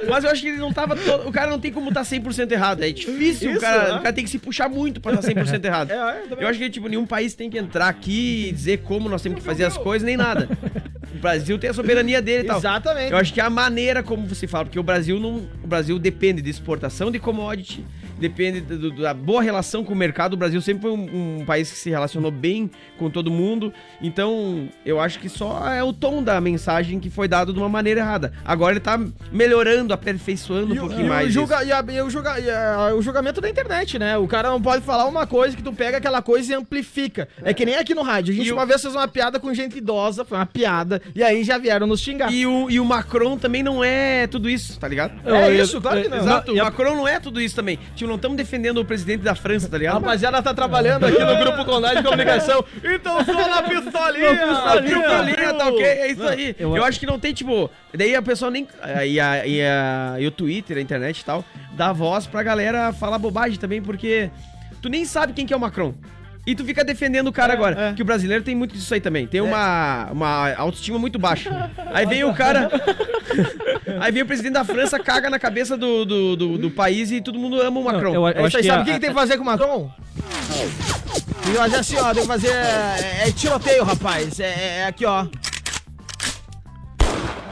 [SPEAKER 4] Mas eu acho que ele não tava. todo- O cara não tem como tá estar 100% errado. É difícil, o,
[SPEAKER 3] Isso,
[SPEAKER 4] cara,
[SPEAKER 3] né?
[SPEAKER 4] o cara tem que se puxar muito pra tá estar 100% errado.
[SPEAKER 3] É,
[SPEAKER 4] Eu acho que, tipo, nenhum país tem que entrar aqui e dizer como nós temos que fazer as coisas, nem nada. O Brasil tem a soberania dele e tal.
[SPEAKER 3] Exatamente.
[SPEAKER 4] Eu acho que é a maneira como você fala, porque o Brasil não, o Brasil depende de exportação de commodity, depende do- do- da boa relação com o mercado. O Brasil sempre foi um, um país que se relacionou bem com todo mundo. Então, eu acho que só é o tom da mensagem que foi dado de uma maneira errada. Agora ele tá melhorando, aperfeiçoando um
[SPEAKER 3] E o-
[SPEAKER 4] pouquinho
[SPEAKER 3] e o
[SPEAKER 4] mais.
[SPEAKER 3] julga- e a- e o julga- e a- o julgamento da internet, né? O cara não pode falar uma coisa que tu pega aquela coisa e amplifica. É que nem aqui no rádio. A gente
[SPEAKER 4] E o-
[SPEAKER 3] uma vez fez uma piada com gente idosa, foi uma piada, e aí já vieram nos xingar.
[SPEAKER 4] isso. E o, e o Macron também não é tudo isso, tá ligado?
[SPEAKER 3] É isso, claro que não.
[SPEAKER 4] Exato, o Macron não é tudo isso também. Tipo, não estamos defendendo o presidente da França, tá
[SPEAKER 3] A
[SPEAKER 4] ligado?
[SPEAKER 3] rapaziada tá trabalhando aqui no Grupo Condado de Comunicação. Então só na pistolinha!
[SPEAKER 4] A pistolinha, tá ok? É isso aí. Eu,
[SPEAKER 9] eu-
[SPEAKER 4] acho que não tem, tipo. Daí a pessoa nem. E, a, e, a- e o Twitter, a internet e tal, dá voz pra galera falar bobagem também, porque tu nem sabe quem que é o Macron. E tu fica defendendo o cara
[SPEAKER 9] É,
[SPEAKER 4] agora. Que o brasileiro tem muito disso aí também. Tem uma, uma autoestima muito baixa. Aí vem o cara. aí vem o presidente da França, caga na cabeça do, do, do- do país e todo mundo ama o Macron.
[SPEAKER 9] eu- eu
[SPEAKER 4] Aí
[SPEAKER 9] acho
[SPEAKER 4] sai-
[SPEAKER 3] Vocês
[SPEAKER 9] que
[SPEAKER 3] sabem o
[SPEAKER 9] a-
[SPEAKER 3] que, que tem que fazer com o Macron? Tem que fazer assim, ó. Tem que fazer. É, é tiroteio, rapaz. É, é aqui, ó.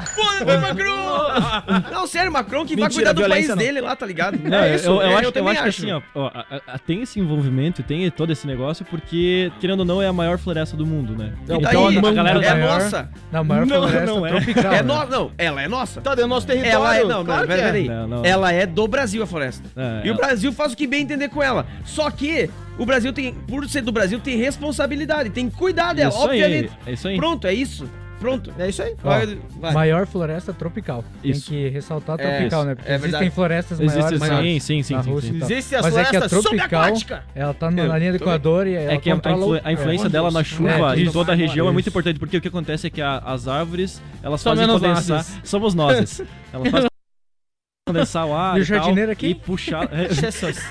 [SPEAKER 4] Foda-se, Macron! Não, sério, Macron que vai
[SPEAKER 3] Mentira,
[SPEAKER 4] cuidar do país
[SPEAKER 3] violência não.
[SPEAKER 4] dele lá, tá ligado?
[SPEAKER 9] Não, eu- eu, eu, acho, eu,
[SPEAKER 4] também
[SPEAKER 9] acho que assim, ó, ó, a- a- a- tem esse envolvimento, tem todo esse negócio, porque, querendo ou não, é a maior floresta do mundo, né?
[SPEAKER 4] E
[SPEAKER 9] então
[SPEAKER 4] daí?
[SPEAKER 9] a, a galera
[SPEAKER 4] é
[SPEAKER 9] da
[SPEAKER 11] maior-
[SPEAKER 4] nossa.
[SPEAKER 11] Na maior
[SPEAKER 9] Não,
[SPEAKER 11] floresta
[SPEAKER 9] não é.
[SPEAKER 11] tropical.
[SPEAKER 4] É
[SPEAKER 11] né?
[SPEAKER 4] nossa. Não, ela é nossa.
[SPEAKER 3] Tá dentro do nosso território.
[SPEAKER 4] Ela é, não,
[SPEAKER 3] claro
[SPEAKER 4] não,
[SPEAKER 3] que é.
[SPEAKER 4] peraí.
[SPEAKER 9] Não, não.
[SPEAKER 4] Ela é do Brasil a floresta.
[SPEAKER 9] É,
[SPEAKER 4] e o
[SPEAKER 9] ela-
[SPEAKER 4] Brasil faz o que bem entender com ela. Só que o Brasil tem, por ser do Brasil, tem responsabilidade, tem que cuidar dela,
[SPEAKER 9] Isso aí,
[SPEAKER 4] obviamente.
[SPEAKER 9] é isso aí.
[SPEAKER 4] Pronto, é isso. Pronto.
[SPEAKER 3] É isso aí.
[SPEAKER 11] Ó,
[SPEAKER 4] Vai.
[SPEAKER 11] Maior floresta tropical.
[SPEAKER 9] Isso.
[SPEAKER 11] Tem que ressaltar
[SPEAKER 4] É,
[SPEAKER 11] tropical,
[SPEAKER 4] isso.
[SPEAKER 11] né? Porque
[SPEAKER 4] É
[SPEAKER 11] existem
[SPEAKER 4] verdade.
[SPEAKER 11] florestas
[SPEAKER 9] Existe,
[SPEAKER 11] maiores na-
[SPEAKER 9] sim, sim, sim,
[SPEAKER 11] na
[SPEAKER 9] sim,
[SPEAKER 11] Rússia
[SPEAKER 9] sim.
[SPEAKER 11] e tal.
[SPEAKER 3] Existem as
[SPEAKER 11] Mas é que a
[SPEAKER 3] florestas
[SPEAKER 11] tropical,
[SPEAKER 3] subaquática.
[SPEAKER 11] ela tá na linha do Equador e ela
[SPEAKER 9] É que a, a
[SPEAKER 11] controla
[SPEAKER 9] influ-
[SPEAKER 11] o-
[SPEAKER 9] a influência
[SPEAKER 11] é.
[SPEAKER 9] dela na chuva
[SPEAKER 11] É,
[SPEAKER 9] em
[SPEAKER 11] isso.
[SPEAKER 9] toda a região é muito
[SPEAKER 11] Isso.
[SPEAKER 9] importante, porque o que acontece é que a- as árvores, elas
[SPEAKER 4] São
[SPEAKER 9] fazem
[SPEAKER 4] menos
[SPEAKER 9] condensar...
[SPEAKER 4] nozes.
[SPEAKER 9] Somos nós. Elas fazem condensar o ar
[SPEAKER 11] E
[SPEAKER 9] e,
[SPEAKER 11] o jardineiro
[SPEAKER 9] tal,
[SPEAKER 11] aqui?
[SPEAKER 9] E puxar... é,
[SPEAKER 4] Jesus.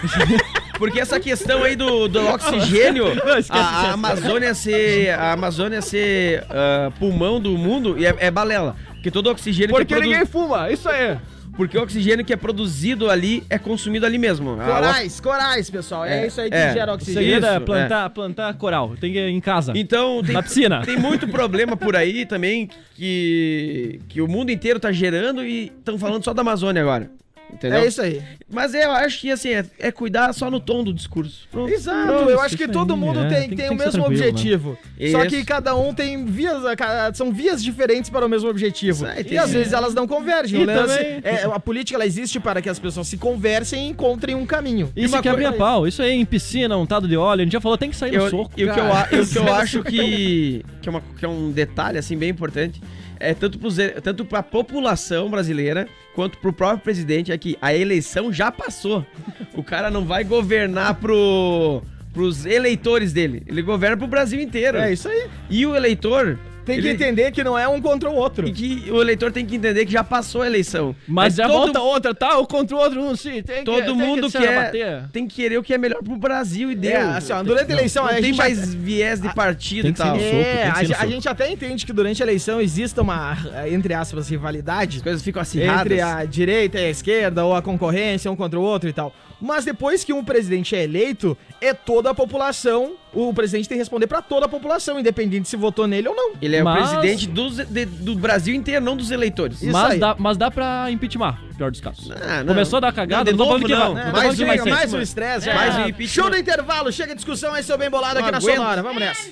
[SPEAKER 4] Porque essa questão aí do, do oxigênio, a, a Amazônia ser, a Amazônia ser ah, pulmão do mundo e é, é balela. Porque todo oxigênio que é produ-
[SPEAKER 10] fuma, isso aí.
[SPEAKER 4] Porque o oxigênio que é produzido ali é consumido Ah, ali mesmo. A
[SPEAKER 3] Corais, corais, pessoal. É,
[SPEAKER 4] É,
[SPEAKER 3] isso aí que
[SPEAKER 4] é.
[SPEAKER 3] gera
[SPEAKER 9] o segredo
[SPEAKER 3] oxigênio.
[SPEAKER 9] Ah, é
[SPEAKER 4] Isso,
[SPEAKER 9] plantar, plantar coral. Tem que ir em casa.
[SPEAKER 4] Então tem,
[SPEAKER 9] Na piscina.
[SPEAKER 4] tem muito problema por aí também que, que o mundo inteiro tá gerando e estão falando só da Amazônia agora. Entendeu?
[SPEAKER 3] É isso aí.
[SPEAKER 4] Mas eu acho que assim, é, é cuidar só no tom do discurso. Pronto.
[SPEAKER 3] Exato,
[SPEAKER 9] Pronto,
[SPEAKER 3] eu acho que
[SPEAKER 9] isso
[SPEAKER 3] todo
[SPEAKER 9] aí,
[SPEAKER 3] mundo
[SPEAKER 9] é.
[SPEAKER 3] tem,
[SPEAKER 9] Tem que-
[SPEAKER 3] tem,
[SPEAKER 9] tem
[SPEAKER 3] o
[SPEAKER 9] que ser
[SPEAKER 3] mesmo
[SPEAKER 9] tranquilo, né?
[SPEAKER 3] objetivo. Só
[SPEAKER 4] Isso.
[SPEAKER 3] que cada um tem vias, ca- são vias diferentes para o mesmo objetivo.
[SPEAKER 4] Isso aí, tem
[SPEAKER 3] e às
[SPEAKER 4] que-
[SPEAKER 3] vezes elas não convergem.
[SPEAKER 9] E
[SPEAKER 3] o lance
[SPEAKER 9] também-
[SPEAKER 3] é, a política ela existe para que as pessoas se conversem e encontrem um caminho. E
[SPEAKER 9] Isso
[SPEAKER 3] uma
[SPEAKER 9] que é abrir a
[SPEAKER 3] coisa-
[SPEAKER 9] pau. Isso aí em piscina, untado de óleo. A gente já falou, tem que sair no
[SPEAKER 3] um
[SPEAKER 4] Eu,
[SPEAKER 9] soco.
[SPEAKER 4] e o que eu, a- e o que eu acho que, que, é uma- que é um detalhe assim bem importante é tanto para tanto a população brasileira quanto pro próprio presidente é que a eleição já passou. O cara não vai governar pro, pros eleitores dele. Ele governa pro Brasil inteiro.
[SPEAKER 3] É isso aí.
[SPEAKER 4] E o eleitor
[SPEAKER 3] Tem que
[SPEAKER 4] Ele-
[SPEAKER 3] entender que não é um contra o outro.
[SPEAKER 4] e que o eleitor tem que entender que já passou a eleição. É
[SPEAKER 9] Mas já
[SPEAKER 4] todo,
[SPEAKER 9] volta outra, tá? Ou contra o outro, não sei. Tem
[SPEAKER 4] Todo
[SPEAKER 9] que, tem
[SPEAKER 4] mundo
[SPEAKER 9] que se
[SPEAKER 4] quer-
[SPEAKER 9] abater.
[SPEAKER 4] tem que querer o que é melhor pro Brasil e deu.
[SPEAKER 3] É, assim, ó, durante a eleição,
[SPEAKER 4] não
[SPEAKER 3] aí a
[SPEAKER 4] tem
[SPEAKER 3] gente
[SPEAKER 4] mais viés de partido
[SPEAKER 9] tem
[SPEAKER 4] e
[SPEAKER 9] que ser
[SPEAKER 4] tal.
[SPEAKER 9] no soco,
[SPEAKER 3] É,
[SPEAKER 9] tem que
[SPEAKER 3] a,
[SPEAKER 9] ser no
[SPEAKER 3] a
[SPEAKER 9] soco.
[SPEAKER 3] gente até entende que durante a eleição existe uma, entre aspas, rivalidade.
[SPEAKER 4] As coisas ficam acirradas.
[SPEAKER 3] entre a direita e a esquerda, ou a concorrência um contra o outro e tal. Mas depois que um presidente é eleito, é toda a população, o presidente tem que responder pra toda a população, independente se votou nele ou não.
[SPEAKER 4] Ele é
[SPEAKER 9] Mas-
[SPEAKER 4] o presidente dos- de- do Brasil inteiro, não dos eleitores.
[SPEAKER 3] Isso
[SPEAKER 9] Mas
[SPEAKER 3] aí.
[SPEAKER 9] dá, mas dá pra impeachment, pior dos casos.
[SPEAKER 4] Ah, não.
[SPEAKER 9] Começou a dar
[SPEAKER 4] Não, de
[SPEAKER 9] cagada, não tô
[SPEAKER 4] novo,
[SPEAKER 9] falando que
[SPEAKER 4] não.
[SPEAKER 9] vai- não tô falando
[SPEAKER 4] Mais
[SPEAKER 9] que vai
[SPEAKER 4] um,
[SPEAKER 9] ser.
[SPEAKER 4] mais
[SPEAKER 3] um estresse,
[SPEAKER 4] É. Mais um
[SPEAKER 3] Show do intervalo, chega a discussão, esse é o bem bolado
[SPEAKER 4] Não
[SPEAKER 3] aqui na
[SPEAKER 4] aguento.
[SPEAKER 3] Sonora, vamos nessa.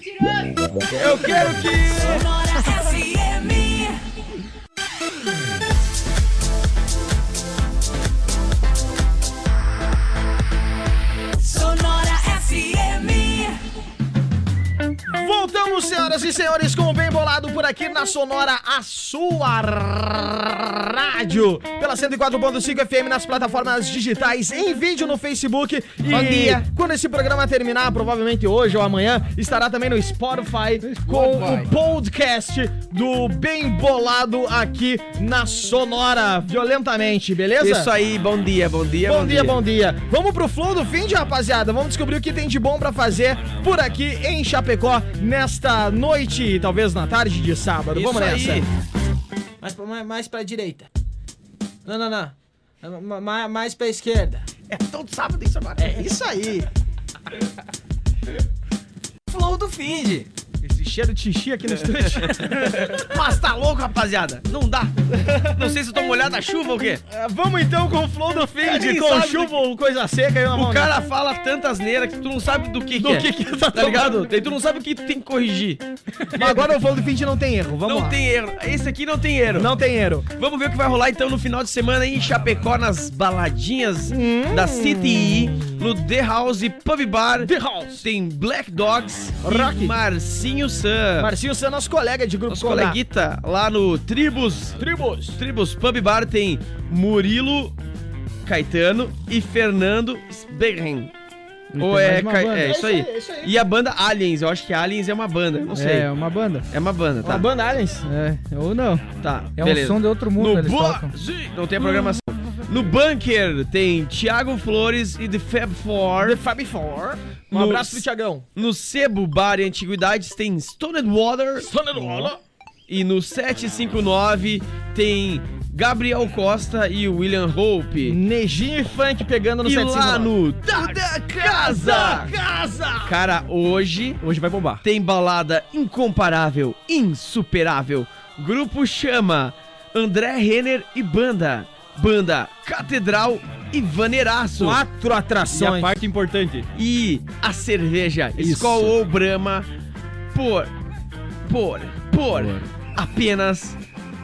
[SPEAKER 4] Eu quero que.
[SPEAKER 3] Voltamos, senhoras e senhores, com o Bem Bolado por aqui na Sonora, a sua rádio. Pela 104.5 FM nas plataformas digitais, em vídeo no Facebook. E
[SPEAKER 4] Bom dia.
[SPEAKER 3] quando esse programa terminar, provavelmente hoje ou amanhã, estará também no Spotify com o podcast do Bem Bolado aqui na Sonora, violentamente, beleza?
[SPEAKER 4] Isso aí, bom dia, bom dia.
[SPEAKER 3] Bom dia, bom dia. Vamos pro flow do fim de rapaziada. Vamos descobrir o que tem de bom pra fazer por aqui em Chapecó nesta noite, e talvez na tarde de sábado.
[SPEAKER 4] Isso
[SPEAKER 3] Vamos nessa.
[SPEAKER 4] aí.
[SPEAKER 3] Mais, mais, mais pra direita. Não, não, não. Mais, mais pra esquerda. É todo sábado isso agora. É isso aí. flow do Find. Esse cheiro de xixi aqui no estúdio.
[SPEAKER 4] Mas tá louco, rapaziada? Não dá. Não sei se eu tô molhado na chuva ou o quê.
[SPEAKER 3] É, Vamos então com o flow do Find,
[SPEAKER 4] Ninguém
[SPEAKER 3] com
[SPEAKER 4] sabe
[SPEAKER 3] chuva ou coisa seca e uma mão
[SPEAKER 4] O
[SPEAKER 3] na
[SPEAKER 4] cara fala tantas neiras que tu não sabe do que, que é.
[SPEAKER 3] que que tá
[SPEAKER 4] tá ligado? Daí tu não sabe o que tu tem que corrigir.
[SPEAKER 3] Mas agora o flow do Find não tem erro. Vamos
[SPEAKER 4] não
[SPEAKER 3] lá.
[SPEAKER 4] tem erro. Esse aqui não tem erro.
[SPEAKER 3] Não tem erro.
[SPEAKER 4] Vamos ver o que vai rolar então no final de semana aí em Chapecó, nas baladinhas
[SPEAKER 3] Hum.
[SPEAKER 4] da CTI, no The House Pub Bar. The House. Tem Black Dogs
[SPEAKER 3] Rock.
[SPEAKER 4] e Marcinho Sam.
[SPEAKER 3] Marcinho, você é nosso colega de grupo
[SPEAKER 4] Nosso coleguita lá no Tribus. Tribos. Tribus Pub Bar tem Murilo Caetano e Fernando Sberren. Ou
[SPEAKER 7] tem mais
[SPEAKER 4] é,
[SPEAKER 7] uma
[SPEAKER 4] Ca-
[SPEAKER 7] banda.
[SPEAKER 4] é isso aí. E a banda Aliens, eu acho que Aliens é uma banda, não sei.
[SPEAKER 7] É,
[SPEAKER 5] um-
[SPEAKER 4] É,
[SPEAKER 7] uma banda.
[SPEAKER 4] uma banda, tá?
[SPEAKER 3] banda Aliens.
[SPEAKER 7] É, ou não.
[SPEAKER 4] Tá,
[SPEAKER 11] É um
[SPEAKER 4] beleza.
[SPEAKER 11] som de outro mundo,
[SPEAKER 4] No
[SPEAKER 11] eles
[SPEAKER 4] bu-
[SPEAKER 11] tocam.
[SPEAKER 4] Sim, Não tem a programação. No Bunker tem Thiago Flores e The Fab Four.
[SPEAKER 3] Fab Four. Um
[SPEAKER 4] No-
[SPEAKER 3] abraço pro Tiagão.
[SPEAKER 4] No Sebo Bar e Antiguidades tem Stoned Water. Stoned Water. E no 759 tem Gabriel Costa e William Hope.
[SPEAKER 3] Neginho e Funk pegando no
[SPEAKER 4] e lá
[SPEAKER 3] 759.
[SPEAKER 4] no da, Casa.
[SPEAKER 3] Casa!
[SPEAKER 4] Cara, hoje
[SPEAKER 9] Hoje vai bombar.
[SPEAKER 4] tem balada incomparável, insuperável. Grupo Chama, André Renner e Banda. Banda Catedral e Vaneiraço.
[SPEAKER 3] Quatro
[SPEAKER 9] E a
[SPEAKER 3] atrações.
[SPEAKER 9] parte importante.
[SPEAKER 4] e a cerveja
[SPEAKER 9] Isso.
[SPEAKER 4] Skol ou Brahma por por por apenas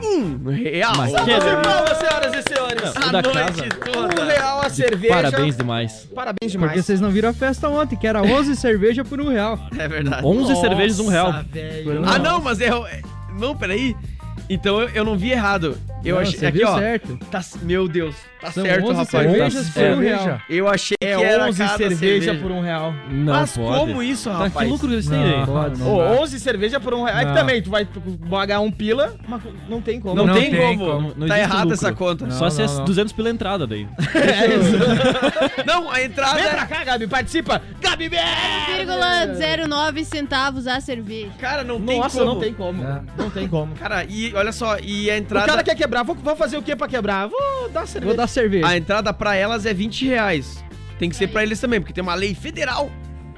[SPEAKER 4] um real.
[SPEAKER 9] Mas
[SPEAKER 4] Salva
[SPEAKER 9] que
[SPEAKER 4] de
[SPEAKER 9] delícia.
[SPEAKER 4] palmas
[SPEAKER 3] Palmas, senhoras e senhores.
[SPEAKER 9] O
[SPEAKER 4] a
[SPEAKER 9] da
[SPEAKER 4] noite é
[SPEAKER 3] Um
[SPEAKER 4] toda.
[SPEAKER 3] real a cerveja.
[SPEAKER 9] Parabéns
[SPEAKER 4] um
[SPEAKER 9] demais.
[SPEAKER 3] Parabéns
[SPEAKER 7] Porque
[SPEAKER 3] demais.
[SPEAKER 7] vocês não viram a festa ontem, que era 11 cerveja por um real.
[SPEAKER 4] É verdade.
[SPEAKER 9] 11 cervejas, um real.
[SPEAKER 3] Nossa, velho.
[SPEAKER 4] Ah não, mas é Não, peraí. Então eu, eu não vi errado. Eu
[SPEAKER 7] Não,
[SPEAKER 4] achei.
[SPEAKER 7] você
[SPEAKER 4] Aqui,
[SPEAKER 7] viu
[SPEAKER 4] ó.
[SPEAKER 7] certo.
[SPEAKER 4] Tá, meu Deus. Tá
[SPEAKER 7] São
[SPEAKER 4] certo,
[SPEAKER 7] 11
[SPEAKER 4] rapaz.
[SPEAKER 7] cervejas
[SPEAKER 5] É,
[SPEAKER 4] Tá
[SPEAKER 7] por
[SPEAKER 4] certo.
[SPEAKER 7] um real.
[SPEAKER 4] Eu achei que
[SPEAKER 3] É
[SPEAKER 4] era
[SPEAKER 3] 11
[SPEAKER 4] cada
[SPEAKER 3] cerveja,
[SPEAKER 4] cerveja
[SPEAKER 3] por um real.
[SPEAKER 9] Não
[SPEAKER 4] Mas
[SPEAKER 9] pode.
[SPEAKER 4] como isso,
[SPEAKER 9] Tá,
[SPEAKER 4] rapaz?
[SPEAKER 9] que lucro eles têm aí?
[SPEAKER 11] Não, pode, não
[SPEAKER 3] Ô,
[SPEAKER 11] dá.
[SPEAKER 3] 11 cerveja por um real. É que
[SPEAKER 11] Não.
[SPEAKER 3] também, tu vai pagar um pila, mas não tem como.
[SPEAKER 4] Não,
[SPEAKER 11] Não
[SPEAKER 4] tem,
[SPEAKER 11] tem
[SPEAKER 4] como.
[SPEAKER 11] como,
[SPEAKER 9] não
[SPEAKER 4] tá
[SPEAKER 9] existe
[SPEAKER 4] errada
[SPEAKER 9] lucro.
[SPEAKER 4] essa conta.
[SPEAKER 11] Não,
[SPEAKER 9] Só se é
[SPEAKER 11] não, não.
[SPEAKER 9] 200 pela entrada daí.
[SPEAKER 4] Não, a entrada.
[SPEAKER 3] Vem pra cá, Gabi, participa! Gabi B!
[SPEAKER 12] 0,09 centavos a cerveja.
[SPEAKER 4] Cara, não tem
[SPEAKER 3] Nossa,
[SPEAKER 4] como.
[SPEAKER 3] não tem como.
[SPEAKER 11] É.
[SPEAKER 3] Não tem como.
[SPEAKER 4] Cara, e olha só, e a
[SPEAKER 3] O
[SPEAKER 4] entrada.
[SPEAKER 3] cara quer quebrar, vou, vou fazer o que pra quebrar? Vou dar cerveja.
[SPEAKER 7] Vou dar cerveja.
[SPEAKER 4] A entrada pra elas é 20 reais. Tem que ser pra eles também, porque tem uma lei federal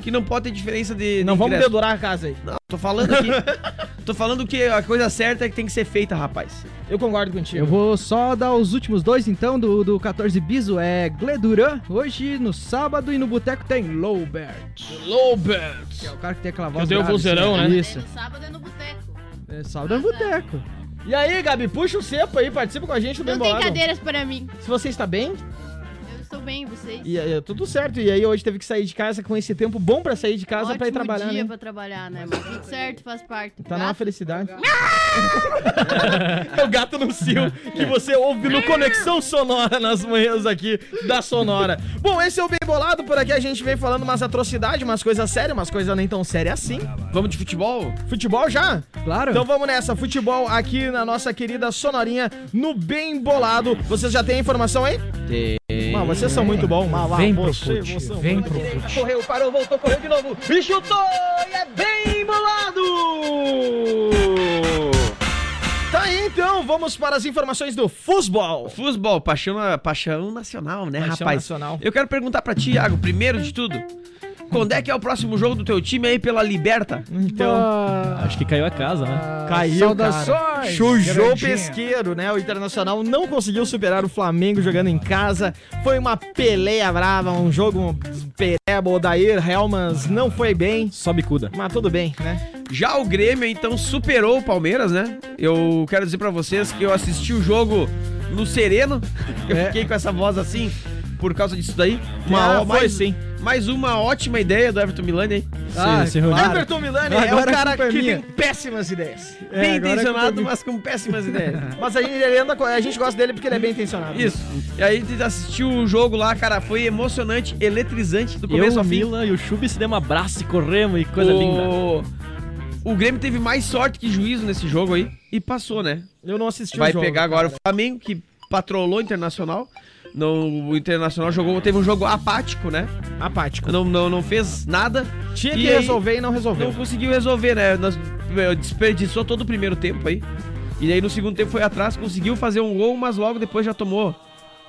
[SPEAKER 4] que não pode ter diferença de.
[SPEAKER 3] Não
[SPEAKER 4] de
[SPEAKER 3] vamos
[SPEAKER 4] ingresso.
[SPEAKER 3] dedurar a casa aí.
[SPEAKER 4] Não, tô falando aqui. tô falando que a coisa certa é que tem que ser feita, rapaz.
[SPEAKER 3] Eu concordo
[SPEAKER 7] Eu
[SPEAKER 3] contigo.
[SPEAKER 7] vou só dar os últimos dois, então, do, do 14 Biso. É Gleduran, hoje no sábado, e no boteco tem Lowbert. Que é o cara que tem aquela voz
[SPEAKER 3] dei o
[SPEAKER 7] grave,
[SPEAKER 3] vozeirão,
[SPEAKER 7] assim,
[SPEAKER 3] né?
[SPEAKER 7] Isso.
[SPEAKER 12] No sábado é no boteco.
[SPEAKER 7] É, sábado é no boteco.
[SPEAKER 3] E aí, Gabi, puxa o cepo aí, participa com a gente do Bem
[SPEAKER 12] Não tem
[SPEAKER 3] Bolado.
[SPEAKER 12] cadeiras para mim.
[SPEAKER 3] Se você está bem,
[SPEAKER 12] Eu estou bem, vocês.
[SPEAKER 3] e, aí, tudo certo. E aí, hoje teve que sair de casa com esse tempo bom pra sair de casa pra ir
[SPEAKER 12] Ótimo
[SPEAKER 3] trabalhar,
[SPEAKER 12] dia
[SPEAKER 3] né?
[SPEAKER 12] pra trabalhar, né? Mas tudo certo, faz parte.
[SPEAKER 3] Tá numa
[SPEAKER 12] Gato,
[SPEAKER 3] felicidade. é o gato no cio que você ouve no Conexão Sonora nas manhãs aqui da Sonora. Bom, esse é o Bem Bolado. Por aqui a gente vem falando umas atrocidades, umas coisas sérias, umas coisas nem tão sérias assim.
[SPEAKER 4] Vamos de futebol?
[SPEAKER 3] Futebol já?
[SPEAKER 7] Claro.
[SPEAKER 3] Então vamos nessa. Futebol aqui na nossa querida Sonorinha no Bem Bolado. Vocês já têm a informação aí? Tem. Mal, vocês são muito bons. Mal,
[SPEAKER 11] Vem pro
[SPEAKER 3] você,
[SPEAKER 11] fute,
[SPEAKER 3] você- é um
[SPEAKER 11] vem pro fute.
[SPEAKER 3] Correu, parou, voltou, correu de novo. E chutou! E é bem bolado! Tá aí então, vamos para as informações do futebol.
[SPEAKER 4] Futebol, paixão, paixão nacional, né, rapaz?
[SPEAKER 3] nacional.
[SPEAKER 4] Eu quero perguntar pra ti, Iago, primeiro de tudo. Quando é que é o próximo jogo do teu time aí pela Liberta?
[SPEAKER 3] Então,
[SPEAKER 9] Acho que caiu a casa, né?
[SPEAKER 3] caiu, cara.
[SPEAKER 11] Saudações,
[SPEAKER 3] Chujou
[SPEAKER 11] grandinha.
[SPEAKER 3] pesqueiro, né? O Internacional não conseguiu superar o Flamengo jogando em casa. Foi uma peleia brava, um jogo pereba, Odair, Helmans não foi bem.
[SPEAKER 9] Só bicuda.
[SPEAKER 3] Mas tudo bem, né?
[SPEAKER 4] Já o Grêmio, então, superou o Palmeiras, né? Eu quero dizer pra vocês que eu assisti o jogo no Sereno. Eu fiquei com essa voz assim por causa disso daí.
[SPEAKER 3] Ah,
[SPEAKER 4] Uma,
[SPEAKER 3] foi
[SPEAKER 4] ó- mais,
[SPEAKER 3] sim.
[SPEAKER 4] mais uma ótima ideia do Everton Milani, hein?
[SPEAKER 7] Ah,
[SPEAKER 9] se, se reuniu.
[SPEAKER 3] Everton Milani
[SPEAKER 4] um
[SPEAKER 3] é o
[SPEAKER 7] Agora a
[SPEAKER 3] cara
[SPEAKER 7] culpa é
[SPEAKER 3] que
[SPEAKER 7] minha.
[SPEAKER 3] tem péssimas ideias.
[SPEAKER 4] Bem
[SPEAKER 7] agora é
[SPEAKER 4] intencionado, mas com péssimas ideias.
[SPEAKER 3] Mas a gente, ele anda com- a gente gosta dele porque ele é bem intencionado.
[SPEAKER 4] Isso. E aí a gente assistiu o jogo lá, cara, foi emocionante, eletrizante do começo
[SPEAKER 9] Eu,
[SPEAKER 4] ao
[SPEAKER 9] o
[SPEAKER 4] fim.
[SPEAKER 9] Mila e o Chubi se deu um abraço e corremos e coisa
[SPEAKER 4] o...
[SPEAKER 9] linda.
[SPEAKER 4] O Grêmio teve mais sorte que juízo nesse jogo aí e passou, né?
[SPEAKER 3] Eu não assisti
[SPEAKER 4] Vai
[SPEAKER 3] o jogo.
[SPEAKER 4] pegar agora o Flamengo, que patrolou o Internacional. Não, o Internacional jogou, teve um jogo apático, né?
[SPEAKER 3] Apático.
[SPEAKER 4] Não, não, não fez nada,
[SPEAKER 3] Tinha
[SPEAKER 4] E
[SPEAKER 3] que
[SPEAKER 4] aí-
[SPEAKER 3] resolver e não resolveu.
[SPEAKER 4] não conseguiu resolver, né? Nós, meu, desperdiçou todo o primeiro tempo aí. E aí no segundo tempo foi atrás, conseguiu fazer um gol, mas logo depois já tomou